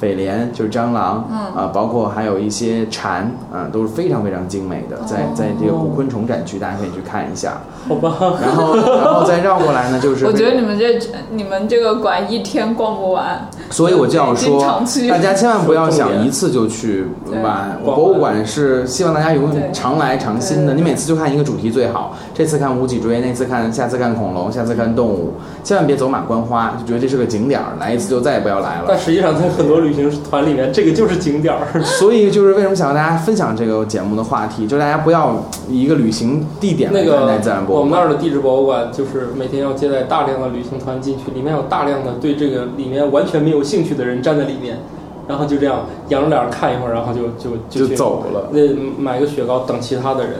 Speaker 7: 蜚蠊就是蟑螂，
Speaker 5: 嗯
Speaker 7: 啊、包括还有一些蝉，啊、都是非常非常精美的，
Speaker 3: 哦
Speaker 7: 在在这个古昆虫展区，大家可以去看一下。
Speaker 8: 好吧，
Speaker 7: 然后，然后再绕过来呢，就是
Speaker 3: 哦 *laughs* 我觉得你们这你们这个馆一天逛不完，
Speaker 7: 所以我就要说
Speaker 3: 经常，去
Speaker 7: 大家千万不要
Speaker 8: 说重
Speaker 7: 想
Speaker 8: 点
Speaker 7: 一次就去玩。
Speaker 8: 对
Speaker 7: 博物馆是希望大家永
Speaker 3: 对
Speaker 7: 远常来常新的，你每次就看一个主题最好。这次看无脊椎，那次看，下次看恐龙，下次看动物，千万别走马观花，就觉得这是个景点儿，来一次就再也不要来了
Speaker 8: 但。实际上在很多旅行团里面，这个就是景点儿。
Speaker 7: *laughs* 所以就是为什么想和大家分享这个节目的话题，就大家不要以一个旅行地点来
Speaker 8: 那
Speaker 7: 看
Speaker 8: 个
Speaker 7: 待自然博
Speaker 8: 我
Speaker 7: 物
Speaker 8: 们那
Speaker 7: 馆。
Speaker 8: 儿的地质博物馆，就是每天要接待大量的旅行团进去，里面有大量的对这个里面完全没有兴趣的人站在里面，然后就这样仰着脸儿看一会儿，然后就就
Speaker 7: 就
Speaker 8: 去
Speaker 7: 走了。
Speaker 8: 那买个雪糕等其他的人，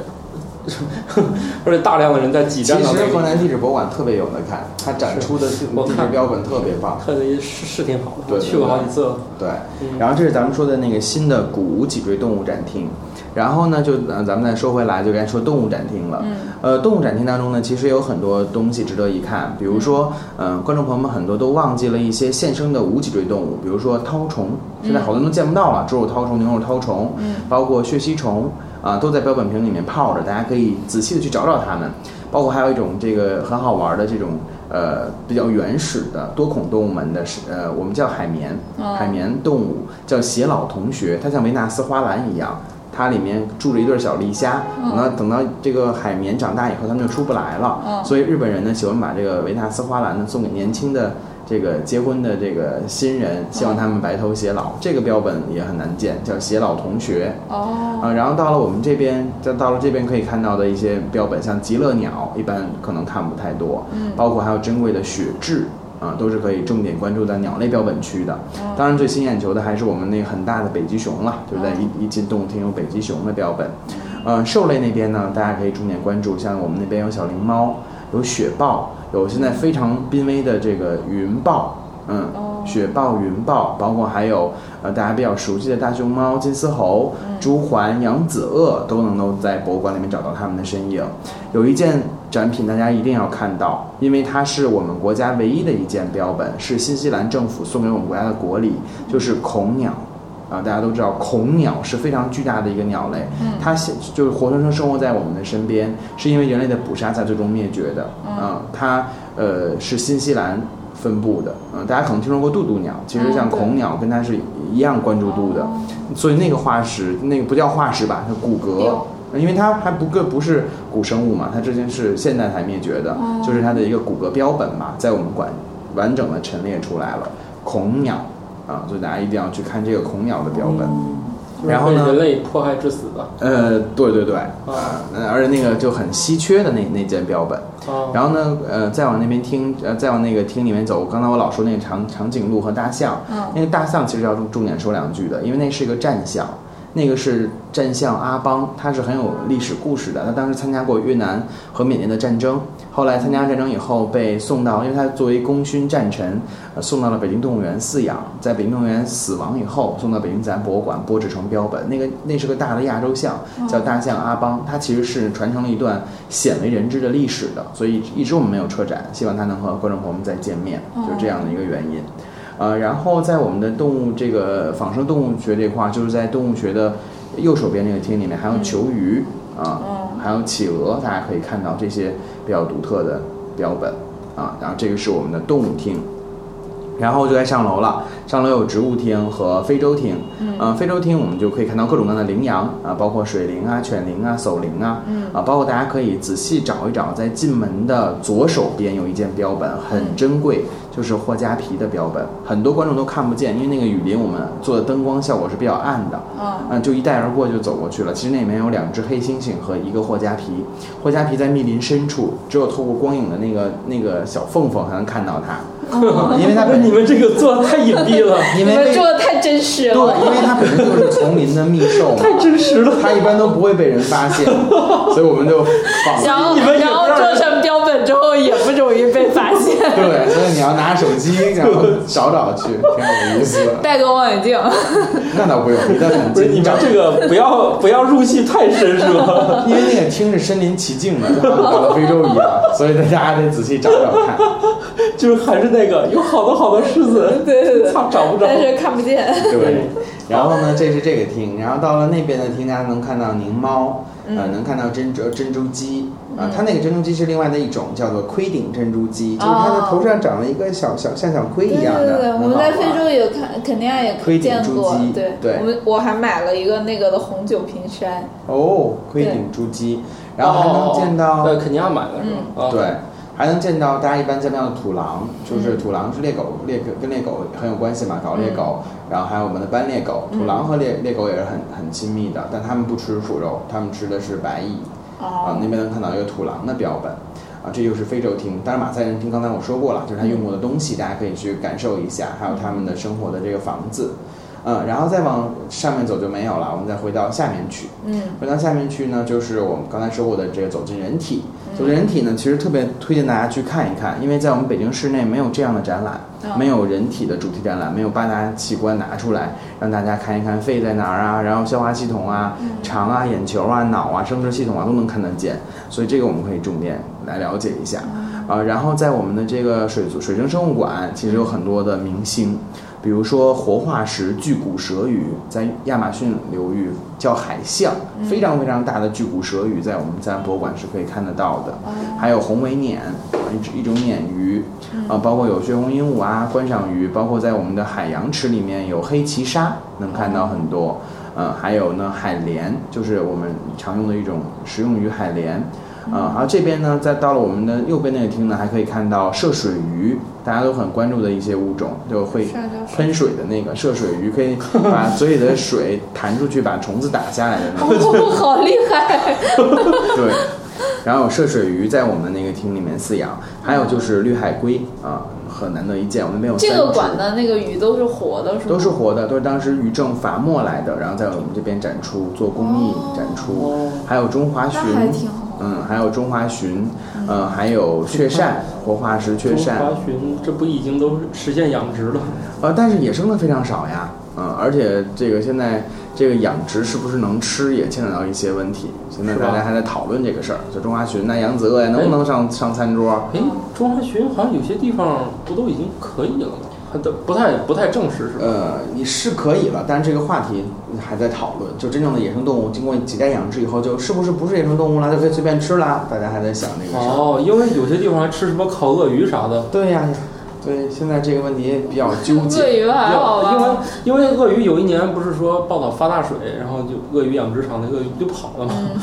Speaker 8: 而且大量的人在挤
Speaker 7: 其
Speaker 8: 占到那
Speaker 7: 实河
Speaker 8: 里，
Speaker 7: 南地质博物馆特别有的看，它展出的地
Speaker 8: 我看
Speaker 7: 质标本特别棒。
Speaker 8: 特别是是挺好的，
Speaker 7: 对
Speaker 8: 我去过好几次了。
Speaker 7: 对，
Speaker 8: 嗯
Speaker 7: 然后这是咱们说的那个新的古无脊椎动物展厅，然后呢，就呃咱们再说回来，就该说动物展厅了。
Speaker 5: 嗯，
Speaker 7: 呃，动物展厅当中呢，其实有很多东西值得一看，比如说，嗯、观众朋友们很多都忘记了一些现生的无脊椎动物，比如说绦虫，现在好多人都见不到了，猪肉绦虫、牛肉绦虫，包括血吸虫啊、都在标本瓶里面泡着，大家可以仔细的去找找它们。包括还有一种这个很好玩的这种呃比较原始的多孔动物门的是呃我们叫海绵，海绵动物叫偕老同学，它像维纳斯花篮一样。它里面住着一对小磷虾，等到等到这个海绵长大以后，它们就出不来了。所以日本人呢喜欢把这个维纳斯花篮呢送给年轻的这个结婚的这个新人，希望他们白头偕老。这个标本也很难见，叫偕老同学。
Speaker 5: 哦，
Speaker 7: 啊，然后到了我们这边，就到了这边可以看到的一些标本，像极乐鸟，一般可能看不太多，包括还有珍贵的雪雉。啊，都是可以重点关注在鸟类标本区的。当然，最吸引眼球的还是我们那个很大的北极熊了，就是在一一进动物厅有北极熊的标本。呃，兽类那边呢，大家可以重点关注，像我们那边有小灵猫，有雪豹，有现在非常濒危的这个云豹，嗯，雪豹、云豹，包括还有呃大家比较熟悉的大熊猫、金丝猴、朱鹮、扬子鳄，都能够在博物馆里面找到它们的身影。有一件展品大家一定要看到，因为它是我们国家唯一的一件标本，是新西兰政府送给我们国家的国礼，就是孔鸟。啊，大家都知道孔鸟是非常巨大的一个鸟类，它现就是活生生生活在我们的身边，是因为人类的捕杀才最终灭绝的。啊，它呃是新西兰分布的，嗯、大家可能听说过渡渡鸟，其实像孔鸟跟它是一样关注度的，所以那个化石，那个不叫化石吧，它骨骼
Speaker 5: 哟。
Speaker 7: 因为它还不个不是古生物嘛，它之前是现代才灭绝的，就是它的一个骨骼标本嘛，在我们馆完整的陈列出来了。孔鸟啊，所以大家一定要去看这个孔鸟的标本。然后
Speaker 8: 被
Speaker 7: 呢
Speaker 8: 人类迫害致死的
Speaker 7: 呃，对对对，啊、呃，而且那个就很稀缺的那那件标本。
Speaker 8: 啊，
Speaker 7: 然后呢，呃，再往那边听，呃，再往那个厅里面走，刚才我老说那个长长颈鹿和大象，那个大象其实要重重点说两句的，因为那是一个战象，那个是战象阿邦，他是很有历史故事的，他当时参加过越南和缅甸的战争，后来参加战争以后被送到，因为他作为功勋战臣，呃送到了北京动物园饲养，在北京动物园死亡以后，送到北京自然博物馆剥制成标本，那个那是个大的亚洲象，叫大象阿邦，它其实是传承了一段鲜为人知的历史的，所以一直我们没有车展，希望它能和观众朋友们再见面，就是这样的一个原因。呃，然后在我们的动物这个仿生动物学这块儿，就是在动物学的右手边那个厅里面，还有球鱼啊，还有企鹅，大家可以看到这些比较独特的标本啊。然后这个是我们的动物厅。然后就该上楼了。上楼有植物厅和非洲厅，嗯、呃，非洲厅我们就可以看到各种各样的羚羊啊，包括水羚啊、犬羚啊、叟羚啊，嗯，啊，包括大家可以仔细找一找，在进门的左手边有一件标本，很珍贵，就是霍加皮的标本，很多观众都看不见，因为那个雨林我们做的灯光效果是比较暗的，
Speaker 5: 嗯
Speaker 7: 嗯，就一带而过就走过去了。其实那里面有两只黑猩猩和一个霍加皮，霍加皮在密林深处，只有透过光影的那个那个小缝缝才能看到它，啊 *laughs* 因为它
Speaker 8: 那
Speaker 7: 本
Speaker 8: 哦 *laughs* 你们这个做得太隐蔽了，
Speaker 7: 因
Speaker 5: 你
Speaker 7: 为
Speaker 5: 们
Speaker 7: 被
Speaker 5: 做的太真实了。
Speaker 7: 对，因为它本身就是丛林的密兽嘛，
Speaker 8: 太真实了。
Speaker 7: 它一般都不会被人
Speaker 8: *laughs*
Speaker 7: 发现，所以我们就仿
Speaker 5: 然后
Speaker 8: 你们也
Speaker 5: 然
Speaker 8: 不
Speaker 5: 后
Speaker 8: 让
Speaker 5: 做
Speaker 8: 人
Speaker 5: 成标本之后也不容易被发
Speaker 7: *laughs*
Speaker 5: 现，
Speaker 7: 对，所以你要拿手机然后找找去，挺有意思的。
Speaker 5: 戴个望远镜。
Speaker 7: 那倒不用，离得很
Speaker 8: 不是
Speaker 7: 近，
Speaker 8: 你们
Speaker 7: 找
Speaker 8: 这个不要不要入戏太深是吧？
Speaker 7: 因为那个厅是身临其境的，就好像到了非洲一样，所以大家还得仔细找找看。
Speaker 8: 就是还是那个有好多好多狮子，
Speaker 5: *laughs* 对对对
Speaker 8: 操找不着。
Speaker 5: 但是看不见。
Speaker 7: 对，然后呢，这是这个厅，然后到了那边的厅，大家能看到狞猫，
Speaker 5: 嗯
Speaker 7: 呃，能看到珍珠珍珠鸡，啊、它那个珍珠鸡是另外的一种，叫做盔顶珍珠鸡，
Speaker 5: 哦
Speaker 7: 就是它的头上长了一个小小像小盔一样的，
Speaker 5: 我
Speaker 7: 很
Speaker 5: 们
Speaker 7: 好
Speaker 5: 在
Speaker 7: 玩
Speaker 5: 非洲也看，肯尼亚也
Speaker 7: 推顶
Speaker 5: 见
Speaker 7: 珠
Speaker 5: 过
Speaker 7: 玑。
Speaker 5: 对，
Speaker 7: 对
Speaker 5: 我们我还买了一个那个的红酒瓶
Speaker 7: *laughs*
Speaker 5: 山，
Speaker 7: 哦，盔顶珠鸡，然后还能见到、
Speaker 8: 哦在肯尼亚买的
Speaker 5: 嗯
Speaker 8: 是吧？啊，
Speaker 7: 对，还能见到大家一般见到的土狼，就是土狼是猎狗，猎狗跟猎狗很有关系嘛，搞猎狗，然后还有我们的斑鬣狗，土狼和猎猎狗也是很很亲密的，但他们不吃腐肉，他们吃的是白蚁。啊，那边能看到一个土狼的标本，啊，这就是非洲厅。当然，马赛人厅刚才我说过了，就是他用过的东西，大家可以去感受一下，还有他们的生活的这个房子。嗯，然后再往上面走就没有了，我们再回到下面去。
Speaker 5: 嗯，
Speaker 7: 回到下面去呢，就是我们刚才说过的这个走进人体。走进人体呢，其实特别推荐大家去看一看，因为在我们北京市内没有这样的展览，没有人体的主题展览，没有把大家器官拿出来让大家看一看肺在哪儿啊，然后消化系统啊、肠啊、眼球啊、脑啊、生殖系统啊都能看得见，所以这个我们可以重点来了解一下。啊，然后在我们的这个水族水生生物馆，其实有很多的明星，比如说活化石巨骨舌鱼，在亚马逊流域叫海象，非常非常大的巨骨舌鱼，在我们自然博物馆是可以看得到的。还有红尾鲶，一一种鲶鱼，啊，包括有血红鹦鹉啊、观赏鱼，包括在我们的海洋池里面有黑鳍鲨，能看到很多。呃，还有呢，海莲就是我们常用的一种食用鱼海莲。啊、然后这边呢，再到了我们的右边那个厅呢，还可以看到涉水鱼，大家都很关注的一些物种，就会喷水的那个涉水
Speaker 5: *laughs*
Speaker 7: 鱼，可以把嘴里的水弹出去，把虫子打下来的那个。
Speaker 5: 哦，好厉害！
Speaker 7: *laughs* 对。然后有涉水鱼在我们的那个厅里面饲养，还有就是绿海龟啊、很难得一见，我们那边有
Speaker 5: 这
Speaker 7: 三
Speaker 5: 个
Speaker 7: 只
Speaker 5: 馆的那个鱼都是活的，是吗？
Speaker 7: 都是活的，都是当时于正伐木来的，然后在我们这边展出做公益展出，还有中华鲟
Speaker 5: 哦那还挺好，
Speaker 7: 嗯，还有中华鲟，呃，还有
Speaker 5: *laughs*
Speaker 7: 雀鳝，活化石雀鳝，
Speaker 8: 花鲟这不已经都实现养殖了？
Speaker 7: 呃，但是野生的非常少呀，嗯、而且这个现在这个养殖是不是能吃也牵扯到一些问题，现在
Speaker 8: 是吧
Speaker 7: 大家还在讨论这个事儿，就中华鲟那扬子鳄呀，能不能上、上餐桌？
Speaker 8: 哎，中华鲟好像有些地方不都已经可以了吗？还都不太不太正式是吧？
Speaker 7: 呃，你是可以了，但是这个话题还在讨论。就真正的野生动物经过几代养殖以后，就是不是不是野生动物了，就可以随便吃啦？大家还在想这个事儿。
Speaker 8: 哦，因为有些地方还吃什么烤鳄鱼啥的，
Speaker 7: 对呀、对，现在这个问题也比较纠
Speaker 5: 鳄 *laughs*
Speaker 7: 结。
Speaker 5: 鱼还好
Speaker 8: 因为
Speaker 5: 吧？
Speaker 8: 因为鳄鱼有一年不是说报道发大水，然后就鳄鱼养殖场的鳄鱼就跑了嘛。
Speaker 5: 嗯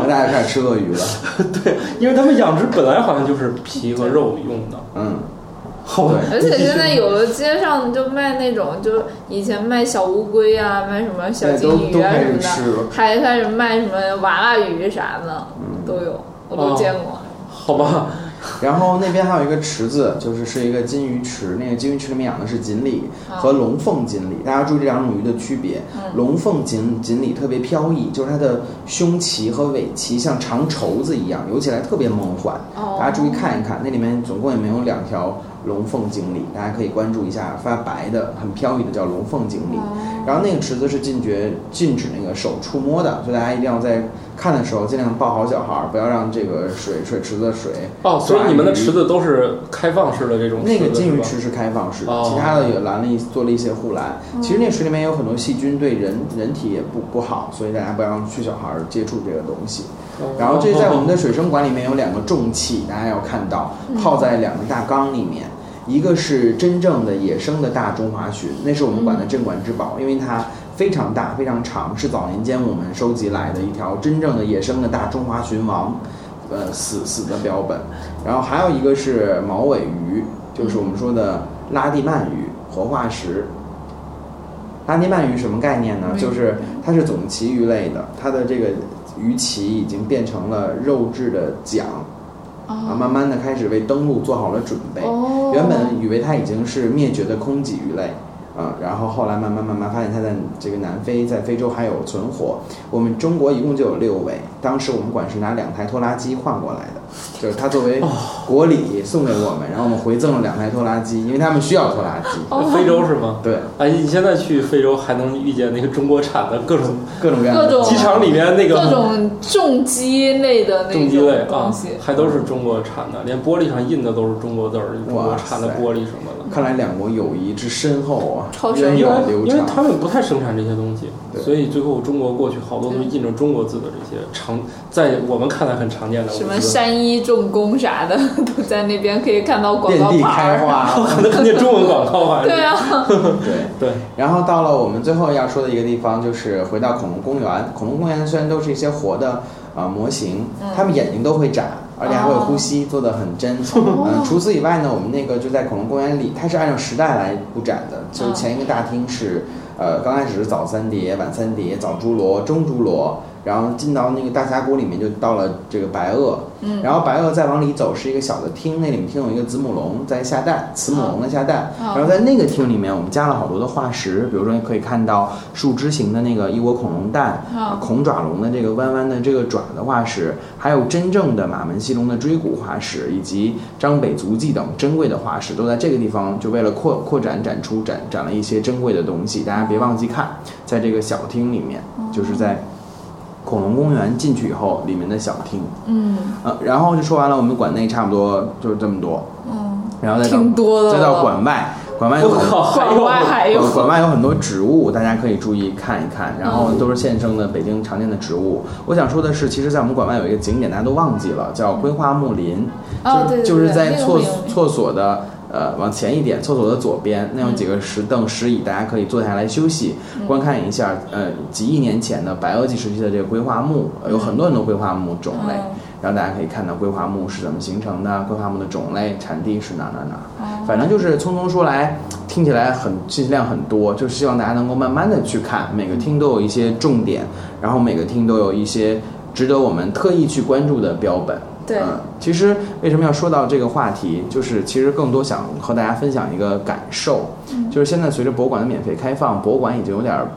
Speaker 7: 大家开始吃鳄鱼了，
Speaker 8: 对，因为他们养殖本来好像就是皮和肉用的，
Speaker 7: 嗯，
Speaker 8: 好吧？
Speaker 5: 而且现在有的街上就卖那种，就以前卖小乌龟啊，卖什么小
Speaker 7: 对
Speaker 5: 金
Speaker 7: 都
Speaker 5: 鱼
Speaker 7: 都
Speaker 5: 啊
Speaker 7: 开
Speaker 5: 什么
Speaker 7: 始吃
Speaker 5: 的
Speaker 7: 了，
Speaker 5: 还开始卖什么娃娃鱼啥的，
Speaker 7: 嗯
Speaker 5: 都有，我
Speaker 8: 哦
Speaker 5: 都见过。
Speaker 8: *laughs* 好吧，
Speaker 7: 然后那边还有一个池子，就是是一个金鱼池，那个金鱼池里面养的是锦鲤和龙凤锦鲤，大家注意这两种鱼的区别。龙凤锦锦鲤特别飘逸，就是它的胸鳍和尾鳍像长绸子一样，游起来特别梦幻。
Speaker 5: 哦
Speaker 7: 大家注意看一看，那里面总共也没有两条龙凤锦鲤，大家可以关注一下，发白的很飘逸的叫龙凤锦鲤。然后那个池子是禁绝禁止那个手触摸的，所以大家一定要在看的时候尽量抱好小孩儿，不要让这个水水池子的水
Speaker 8: 哦，所以你们的
Speaker 7: 抓鱼
Speaker 8: 池子都是开放式的这种池子
Speaker 7: 那个金鱼
Speaker 8: 是吧
Speaker 7: 池是开放式的，
Speaker 8: 哦
Speaker 7: 其他的也拦了一做了一些护栏。其实那水里面有很多细菌，对人人体也不不好，所以大家不要去小孩儿接触这个东西。然
Speaker 8: 哦
Speaker 7: 后这在我们的水生馆里面有两个重器，大家要看到泡在两个大缸里面。一个是真正的野生的大中华鲟，那是我们馆的镇馆之宝，因为它非常大、非常长，是早年间我们收集来的一条真正的野生的大中华鲟王，呃，死死的标本。然后还有一个是毛尾鱼，就是我们说的拉蒂曼鱼，活化石。拉蒂曼鱼什么概念呢？就是它是总鳍鱼类的，它的这个鱼鳍已经变成了肉质的桨，啊，慢慢的开始为登陆做好了准备。
Speaker 5: 哦
Speaker 7: 原本以为它已经是灭绝的空脊鱼类，啊，然后后来慢慢慢慢发现它在这个南非、在非洲还有存活。我们中国一共就有六位，当时我们馆是拿两台拖拉机换过来的，就是它作
Speaker 8: 哦
Speaker 7: 为国礼送给我们，然后我们回赠了两台拖拉机，因为他们需要拖拉机。
Speaker 8: 哦非洲是吗？
Speaker 7: 对，
Speaker 8: 哎，你现在去非洲还能遇见那个中国产的各种
Speaker 7: 各种各样的
Speaker 5: 各种
Speaker 8: 机场里面那个
Speaker 5: 各种重击类的那
Speaker 8: 重机类
Speaker 5: 种
Speaker 8: 啊
Speaker 5: 东西，，
Speaker 8: 还都是中国产的，连玻璃上印的都是中国字儿，中国产的玻璃什么的。
Speaker 7: 看来两国友谊之深厚啊
Speaker 5: 超，深
Speaker 7: 源
Speaker 8: 因为
Speaker 7: 远流
Speaker 8: 因为他
Speaker 7: 长。
Speaker 8: 们不太生产这些东西，
Speaker 7: 对
Speaker 8: 所以最后中国过去好多都印着中国字的这些常在我们看来很常见的
Speaker 5: 什么
Speaker 8: 文字
Speaker 5: 山医重工啥的， *laughs* 都在那边可以看到广
Speaker 7: 遍
Speaker 5: 告
Speaker 7: 地
Speaker 5: 牌
Speaker 7: 开
Speaker 5: 儿。
Speaker 7: 花，
Speaker 8: *laughs*
Speaker 7: *laughs*
Speaker 8: 可能看见中文广告啊，
Speaker 5: 对啊，
Speaker 7: 对。
Speaker 8: 对，
Speaker 7: 然后到了我们最后要说的一个地方，就是回到恐龙公园。恐龙公园虽然都是一些活的啊、呃模型，
Speaker 5: 嗯
Speaker 7: 它们眼睛都会眨，而且还会呼吸，
Speaker 5: 哦
Speaker 7: 做的很真。嗯，除此以外呢，我们那个就在恐龙公园里，它是按照时代来布展的，
Speaker 5: 嗯
Speaker 7: 就是前一个大厅是。呃，刚开始是早三叠、晚三叠、早侏罗、中侏罗，然后进到那个大峡谷里面，就到了这个白垩。嗯，然后白垩再往里走是一个小的厅，那里面厅有一个子母龙在下蛋，慈母龙在下蛋。
Speaker 5: 哦
Speaker 7: 然后在那个厅里面，我们加了好多的化石，比如说你可以看到树枝形的那个一窝恐龙蛋，
Speaker 5: 哦
Speaker 7: 恐爪龙的这个弯弯的这个爪的化石，还有真正的马门溪龙的椎骨化石，以及张北足迹等珍贵的化石，都在这个地方就为了扩扩展展出展展了一些珍贵的东西，大家别忘记看，在这个小厅里面，
Speaker 5: 哦
Speaker 7: 就是在恐龙公园进去以后里面的小厅，
Speaker 5: 嗯，
Speaker 7: 呃，然后就说完了，我们馆内差不多就是这么多，嗯，然后再到
Speaker 5: 挺多的了
Speaker 7: 再到馆外，馆外有
Speaker 8: 我
Speaker 7: 很
Speaker 8: 靠，还
Speaker 5: 广
Speaker 8: 有
Speaker 5: 外呃还有
Speaker 7: 呃馆外有很多植物，大家可以注意看一看，然后都是现生的北京常见的植物。我想说的是，其实，在我们馆外有一个景点，大家都忘记了，叫规划木林，
Speaker 5: 哦
Speaker 7: 就
Speaker 5: 对对
Speaker 7: 就是
Speaker 5: 对
Speaker 7: 在
Speaker 5: 那个
Speaker 7: 厕
Speaker 5: 很有名
Speaker 7: 厕所的。呃，往前一点，厕所的左边那有几个石凳、石椅，大家可以坐下来休息，
Speaker 5: 嗯
Speaker 7: 观看一下。呃，几亿年前的白垩纪时期的这个规划木，呃有很多很多规划木种
Speaker 5: 嗯
Speaker 7: 类，
Speaker 5: 哦
Speaker 7: 然后大家可以看到规划木是怎么形成的，规划木的种类、产地是哪哪哪。反正就是匆匆说来，听起来很信息量很多，就是希望大家能够慢慢的去看，每个厅都有一些重点，然后每个厅都有一些值得我们特意去关注的标本。
Speaker 5: 对
Speaker 7: 嗯，其实为什么要说到这个话题，就是其实更多想和大家分享一个感受，
Speaker 5: 嗯
Speaker 7: 就是现在随着博物馆的免费开放，博物馆已经有点儿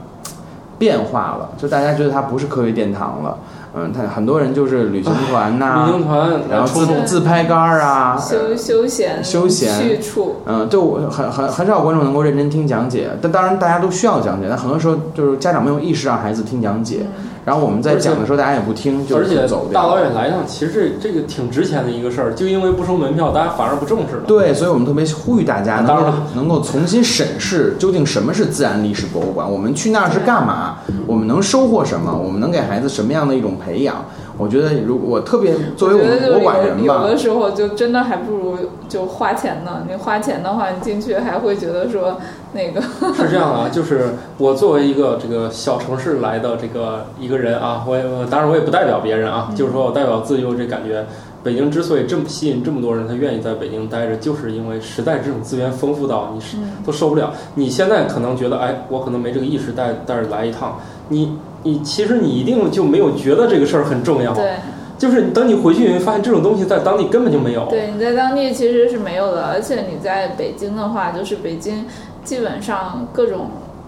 Speaker 7: 变化了，就大家觉得它不是科学殿堂了。嗯，它很多人就是旅行团呐、
Speaker 8: 旅行团，
Speaker 7: 然后
Speaker 8: 冲
Speaker 7: 自自拍杆儿啊，
Speaker 5: 休休闲
Speaker 7: 休闲
Speaker 5: 去处，
Speaker 7: 嗯，就我很很很少有观众能够认真听讲解，但当然大家都需要讲解，但很多时候就是家长没有意识让孩子听讲解，
Speaker 5: 嗯
Speaker 7: 然后我们在讲的时候大家也不听，就
Speaker 8: 而且
Speaker 7: 是走
Speaker 8: 大
Speaker 7: 掉
Speaker 8: 老
Speaker 7: 了。
Speaker 8: 远来一趟，其实这这个挺值钱的一个事儿，就因为不收门票，大家反而不重视了。
Speaker 7: 对，所以我们特别呼吁大家能
Speaker 8: 当
Speaker 7: 够
Speaker 8: 然了
Speaker 7: 能够重新审视究竟什么是自然历史博物馆，我们去那儿是干嘛，我们能收获什么，我们能给孩子什么样的一种培养。我觉得，如我特别作为我
Speaker 5: 觉得
Speaker 7: 们
Speaker 5: 就
Speaker 7: 博物馆人
Speaker 5: 有
Speaker 7: 吧
Speaker 5: 有，的时候就真的还不如就花钱呢。你花钱的话，你进去还会觉得说那个，
Speaker 8: 是这样的啊，就是我作为一个这个小城市来的这个一个人啊，我也我当然我也不代表别人啊，
Speaker 7: 嗯
Speaker 8: 就是说我代表自由这感觉。北京之所以这么吸引这么多人，他愿意在北京待着，就是因为实在这种资源丰富到你是
Speaker 7: 嗯
Speaker 8: 都受不了。你现在可能觉得，哎，我可能没这个意识，但但是来一趟，你你其实你一定就没有觉得这个事儿很重要，
Speaker 5: 对
Speaker 8: 就是等你回去你会发现这种东西在当地根本就没有。
Speaker 5: 对，你在当地其实是没有的，而且你在北京的话，就是北京基本上各种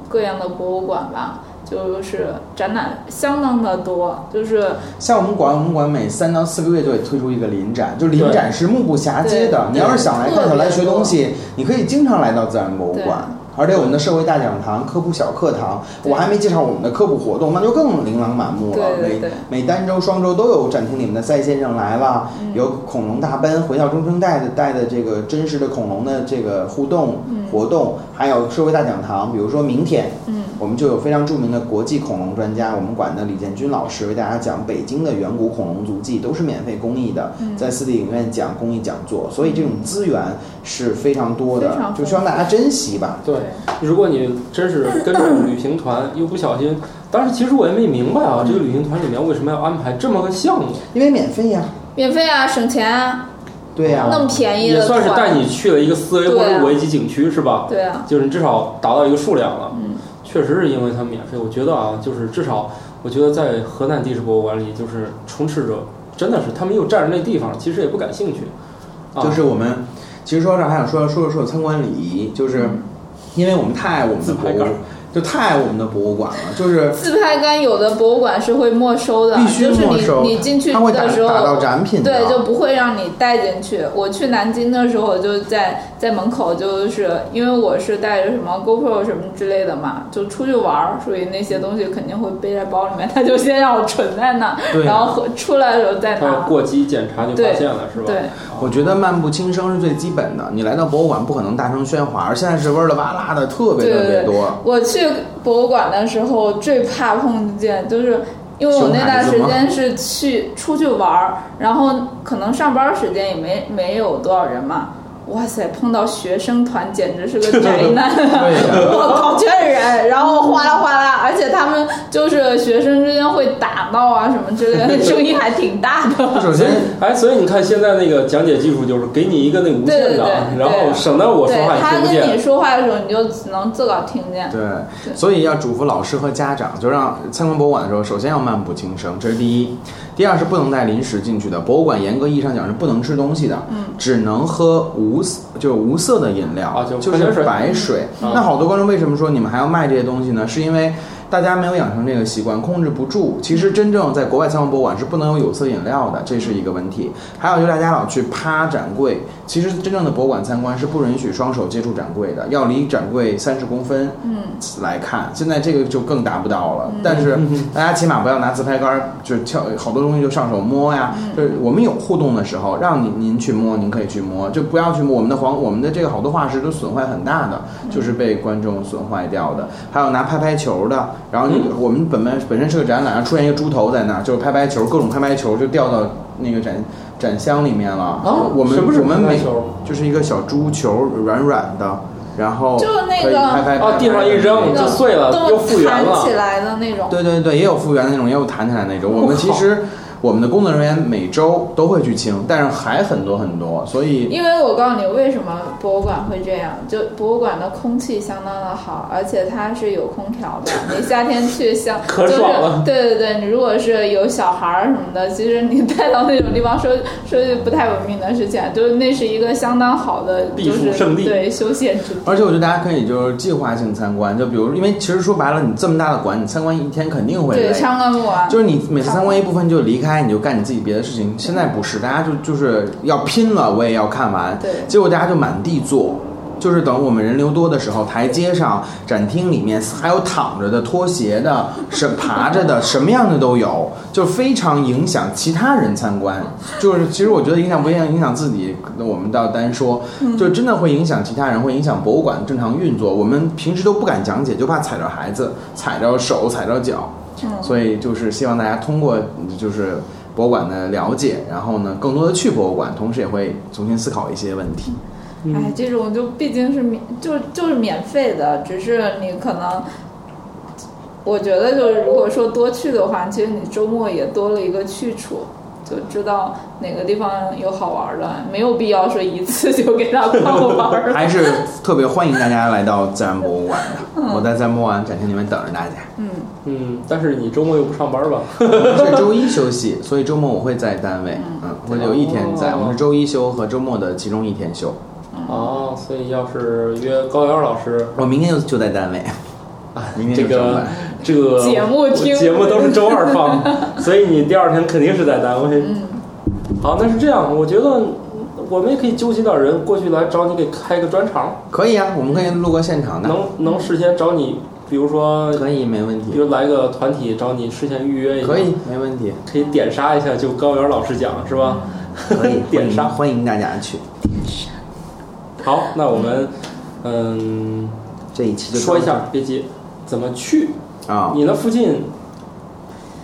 Speaker 5: 各样的博物馆吧，就是展览相当的多，就是
Speaker 7: 像我们馆，我们馆每三到四个月就会推出一个临展，就临展是目不暇接的。
Speaker 5: 对
Speaker 7: 你要是想来
Speaker 5: 对
Speaker 7: 看、想来
Speaker 5: 特
Speaker 7: 学
Speaker 5: 别多
Speaker 7: 东西，你可以经常来到自然博物馆。而且我们的社会大讲堂、科普小课堂，
Speaker 5: 对
Speaker 7: 我还没介绍我们的科普活动，那就更琳琅满目了。
Speaker 5: 对对对
Speaker 7: 每每单周、双周都有展厅里面的赛先生来了，
Speaker 5: 嗯
Speaker 7: 有恐龙大奔、回到中生代的带的这个真实的恐龙的这个互动活动，还有社会大讲堂，比如说明天，
Speaker 5: 嗯
Speaker 7: 我们就有非常著名的国际恐龙专家，我们馆的李建军老师为大家讲北京的远古恐龙足迹，都是免费公益的，
Speaker 5: 嗯
Speaker 7: 在四 D 影院讲公益讲座，所以这种资源是非常多
Speaker 5: 非常
Speaker 7: 的，
Speaker 5: 丰富
Speaker 7: 就希望大家珍惜吧。
Speaker 8: 对，如果你真是跟着旅行团，又不小心，当时其实我也没明白啊，这个旅行团里面为什么要安排这么个项目？
Speaker 7: 因为免费呀、
Speaker 5: 免费啊，省钱啊，
Speaker 7: 对呀、
Speaker 5: 那么便宜的
Speaker 8: 也算是
Speaker 5: 团
Speaker 8: 带你去了一个四 A 或
Speaker 5: 对啊
Speaker 8: 者五 A 级景区是吧？
Speaker 5: 对啊，
Speaker 8: 就是你至少达到一个数量了。嗯，确实是因为它免费，我觉得啊，就是至少我觉得在河南地质博物馆里，就是充斥着真的是他们又占着那地方，其实也不感兴趣。啊、
Speaker 7: 就是我们其实说啥还想说说说参观礼仪，就是因为我们太爱我们的博
Speaker 8: 自拍杆儿
Speaker 7: 物，就太爱我们的博物馆了，就是
Speaker 5: 自拍杆有的博物馆是会没收的，
Speaker 7: 必须没
Speaker 5: 就是
Speaker 7: 收，
Speaker 5: 你你进去
Speaker 7: 它会打
Speaker 5: 的时候，
Speaker 7: 打到展品的，
Speaker 5: 对，就不会让你带进去。我去南京的时候，我就在在门口，就是因为我是带着什么 GoPro 什么之类的嘛，就出去玩儿，所以那些东西肯定会背在包里面。他就先让我存在那儿，
Speaker 7: 对
Speaker 5: 然后和出来的时候再
Speaker 8: 他要
Speaker 5: 拿。
Speaker 8: 过机检查就发现了是吧？哦
Speaker 5: 对，
Speaker 7: 我觉得漫不经声是最基本的。你来到博物馆不可能大声喧哗，而现在是哇啦哇啦的特别
Speaker 5: 对
Speaker 7: 特
Speaker 5: 对
Speaker 7: 别
Speaker 5: 对 *laughs*
Speaker 7: 多。
Speaker 5: 我去博物馆的时候最怕碰见，就是因为我那段时间是去出去玩儿，然后可能上班时间也没没有多少人嘛。哇塞，碰到学生团简直是个宅男 *laughs*
Speaker 7: 对
Speaker 8: *laughs*
Speaker 5: 我靠，全是人，然后哗啦哗啦，而且他们就是学生之间会打闹啊什么之类的，声音还挺大的。
Speaker 7: 首
Speaker 8: 所以
Speaker 7: 先，
Speaker 8: 哎，所以你看现在那个讲解技术，就是给你一个那无线的啊，
Speaker 5: 对对对
Speaker 8: 然后
Speaker 5: 对
Speaker 8: 省得 *laughs* 我说
Speaker 5: 对
Speaker 8: 话
Speaker 5: 他
Speaker 8: 你听不
Speaker 5: 跟你
Speaker 8: 见。
Speaker 5: 说话的时候，你就只
Speaker 8: *laughs*
Speaker 5: 能自个儿听见。
Speaker 7: 对，
Speaker 5: 对
Speaker 7: 所以要嘱咐老师和家长，就让参观博物馆的时候，首先要漫不经声，这是第一。第二是不能带零食进去的，博物馆严格意义上讲是不能吃东西的，嗯，只能喝无就是无色的饮料，
Speaker 8: 啊就
Speaker 7: 就
Speaker 8: 矿泉
Speaker 7: 是
Speaker 8: 水
Speaker 7: 白水。
Speaker 8: 嗯
Speaker 7: 那好多观众为什么说你们还要卖这些东西呢？是因为大家没有养成这个习惯，控制不住。其实真正在国外参观博物馆是不能有有色饮料的，这是一个问题。还有就是大家老去趴展柜，其实真正的博物馆参观是不允许双手接触展柜的，要离展柜三十公分，嗯，来看。现在这个就更达不到了，但是
Speaker 8: 嗯
Speaker 7: 大家起码不要拿自拍杆儿，就是跳好多东西就上手摸呀。就是我们有互动的时候，让您您去摸，您可以去摸，就不要去摸我们的黄，我们的这个好多化石都损坏很大的，就是被观众损坏掉的。还有拿拍拍球的，然后你我们本本本身是个展览，然后出现一个猪头在那儿，就是拍拍球，各种拍拍球就掉到那个展展箱里面了。
Speaker 8: 啊
Speaker 7: 我们
Speaker 8: 什么是
Speaker 7: 我们
Speaker 8: 拍拍
Speaker 7: 每
Speaker 8: 球
Speaker 7: 就是一个小猪球，软软的，然后
Speaker 5: 就那
Speaker 7: 可以
Speaker 5: 个
Speaker 7: 拍拍
Speaker 8: 哦
Speaker 7: 拍
Speaker 8: 地上一扔
Speaker 7: 拍
Speaker 8: 就碎了
Speaker 5: 都
Speaker 8: 又复原了
Speaker 5: 弹起来的那种。
Speaker 7: 对对对，也有复原那种，也有弹起来那种。我
Speaker 8: 我
Speaker 7: 们
Speaker 8: 靠
Speaker 7: 其实我们的工作人员每周都会去清，但是还很多很多，所以
Speaker 5: 因为我告诉你为什么博物馆会这样，就博物馆的空气相当的好，而且它是有空调的。你夏天去像
Speaker 8: *laughs* 可爽了
Speaker 5: 就是对对对，你如果是有小孩儿什么的，其实你带到那种地方说说句不太文明的事情啊，就是那是一个相当好的
Speaker 8: 避暑
Speaker 5: 就是
Speaker 8: 胜地
Speaker 5: 对休闲之地。
Speaker 7: 而且我觉得大家可以就是计划性参观，就比如因为其实说白了，你这么大的馆，你参观一天肯定会累
Speaker 5: 对，。参观不完。
Speaker 7: 就是你每次参观一部分就离开，你就干你自己别的事情。现在不是，大家就就是要拼了，我也要看完。
Speaker 5: 对
Speaker 7: 结果大家就满地坐，就是等我们人流多的时候，台阶上、展厅里面还有躺着的、脱鞋的、是爬着的，什么样的都有，就非常影响其他人参观。就是其实我觉得影响不影响影响自己，我们倒单说，就真的会影响其他人，会影响博物馆正常运作。我们平时都不敢讲解，就怕踩着孩子、踩着手、踩着脚。所以就是希望大家通过就是博物馆的了解，然后呢，更多的去博物馆，同时也会重新思考一些问题。嗯
Speaker 5: 哎，这种就毕竟是免，就就是免费的，只是你可能，我觉得就是如果说多去的话，其实你周末也多了一个去处，就知道哪个地方有好玩的，没有必要说一次就给他逛完
Speaker 7: *laughs*
Speaker 5: 了。
Speaker 7: 还是特别欢迎大家来到自然博物馆的，我在自然博物馆展厅里面等着 *laughs* 大家。
Speaker 8: 嗯，但是你周末又不上班吧？
Speaker 7: 我是周一休息，所以周末我会在单位，嗯，我有一天在，
Speaker 8: 哦
Speaker 7: 我是周一休和周末的其中一天休，
Speaker 5: 嗯
Speaker 8: 哦，所以要是约高瑶老师，
Speaker 7: 我明天就就在单位， *laughs* 啊，明
Speaker 8: 这
Speaker 7: 天就上
Speaker 8: 个
Speaker 7: 班。
Speaker 8: 这个
Speaker 5: 节目听
Speaker 8: 节目都是周二
Speaker 5: *laughs*
Speaker 8: 放，所以你第二天肯定是在单
Speaker 5: 嗯
Speaker 8: 位。好，那是这样，我觉得我们也可以揪起点人过去来找你，给开个专场，
Speaker 7: 可以啊，我们可以录个现场的，
Speaker 8: 能能事先找你，比如说，
Speaker 7: 可以没问
Speaker 8: 比
Speaker 7: 题，
Speaker 8: 如来个团体找你事先预约一下，
Speaker 7: 可以没问 *laughs* 题，
Speaker 8: 可以点杀一下，就高原老师讲是吧？
Speaker 7: 可以
Speaker 8: 点杀
Speaker 7: 欢迎欢迎大家去，
Speaker 8: 好，那我们嗯嗯
Speaker 7: 这一期就到
Speaker 8: 说一
Speaker 7: 这儿
Speaker 8: 下，别急，自怎么去？
Speaker 7: 啊，
Speaker 8: 你那附近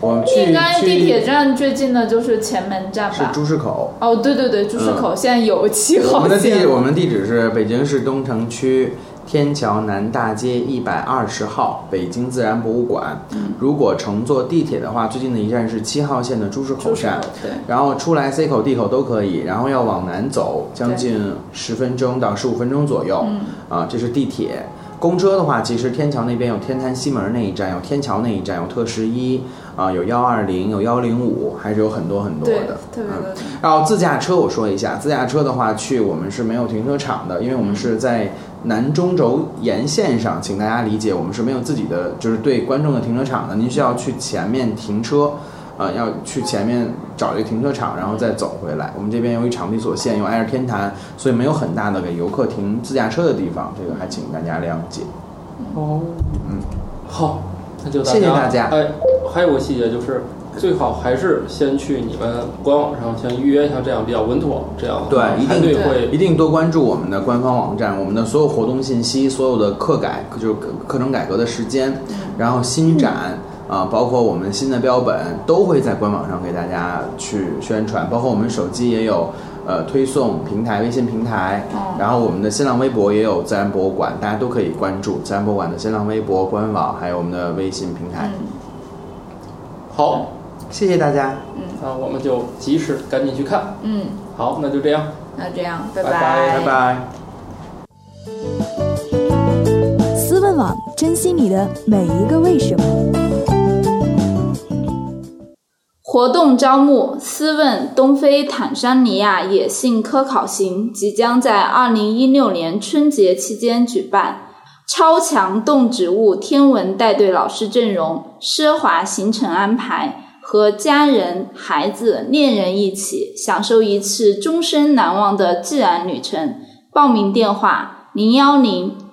Speaker 7: 我们去
Speaker 5: 应该
Speaker 7: 去
Speaker 5: 地铁站最近的就是前门站
Speaker 7: 是
Speaker 5: 吧？
Speaker 7: 朱市口。
Speaker 5: 哦，对对对，朱市口现在有 *laughs* 七
Speaker 7: 我
Speaker 5: 号
Speaker 7: 们的地
Speaker 5: 线
Speaker 7: 址，。我们的地址是北京市东城区天桥南大街一百二十号北京自然博物馆。
Speaker 5: 嗯
Speaker 7: 如果乘坐地铁的话，最近的一站是七号线的朱市口
Speaker 5: 朱市口
Speaker 7: 站。
Speaker 5: 对，
Speaker 7: 然后出来 C 口、D 口都可以，然后要往南走，将近十分钟到十五分钟左右。
Speaker 5: 嗯
Speaker 7: 啊，这是地铁。公车的话，其实天桥那边有天坛西门那一站，有天桥那一站，有特十一啊，有幺二零，有幺零五，还是有很多很多
Speaker 5: 对
Speaker 7: 的。
Speaker 5: 特别
Speaker 7: 嗯
Speaker 5: 多
Speaker 7: 然后自驾车我说一下，自驾车的话去我们是没有停车场的，因为我们是在南中轴沿线上，请大家理解，我们是没有自己的就是对观众的停车场的，您需要去前面停车。呃，要去前面找一个停车场，然后再走回来。我们这边由于场地所限，又挨着天坛，所以没有很大的给游客停自驾车的地方，这个还请大家谅解。
Speaker 8: 哦，
Speaker 7: 嗯，
Speaker 8: 好，那就
Speaker 7: 谢谢大家
Speaker 8: 哎，还有个细节就是，最好还是先去你们官网上先预约一下，这样比较稳妥。这样
Speaker 7: 对一定
Speaker 8: 排队
Speaker 7: 一
Speaker 8: 会
Speaker 7: 定多关注我们的官方网站，我们的所有活动信息、所有的课改，就是课程改革的时间，然后新展啊、包括我们新的标本，都会在官网上给大家去宣传，包括我们手机也有。呃，推送平台、微信平台，然后我们的新浪微博也有自然博物馆，大家都可以关注自然博物馆的新浪微博、官网，还有我们的微信平台。
Speaker 8: 好，
Speaker 7: 谢谢大家，
Speaker 8: 那我们就及时赶紧去看。
Speaker 5: 嗯，
Speaker 8: 好，那就这样。
Speaker 5: 那这样，
Speaker 8: 拜拜
Speaker 7: 拜拜。
Speaker 2: 思问网珍惜你的每一个为什么。
Speaker 5: 活动招募：思问东非坦桑尼亚野性科考行即将在二零一六年春节期间举办，超强动植物天文带队老师阵容，奢华行程安排，和家人、孩子、恋人一起享受一次终身难忘的自然旅程。报名电话：零幺零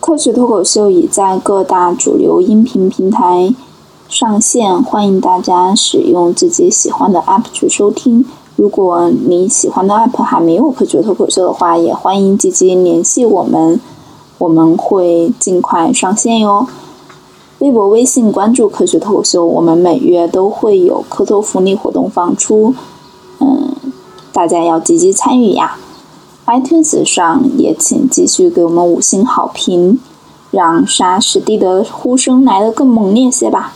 Speaker 4: 科学脱口秀已在各大主流音频平台上线，欢迎大家使用自己喜欢的 app 去收听。如果你喜欢的 app 还没有科学脱口秀的话，也欢迎积极联系我们，我们会尽快上线哟。微博、微信关注科学脱口秀，我们每月都会有科托福利活动放出，嗯，大家要积极参与呀。iTunes 上也请继续给我们五星好评，让沙士蒂的呼声来得更猛烈些吧。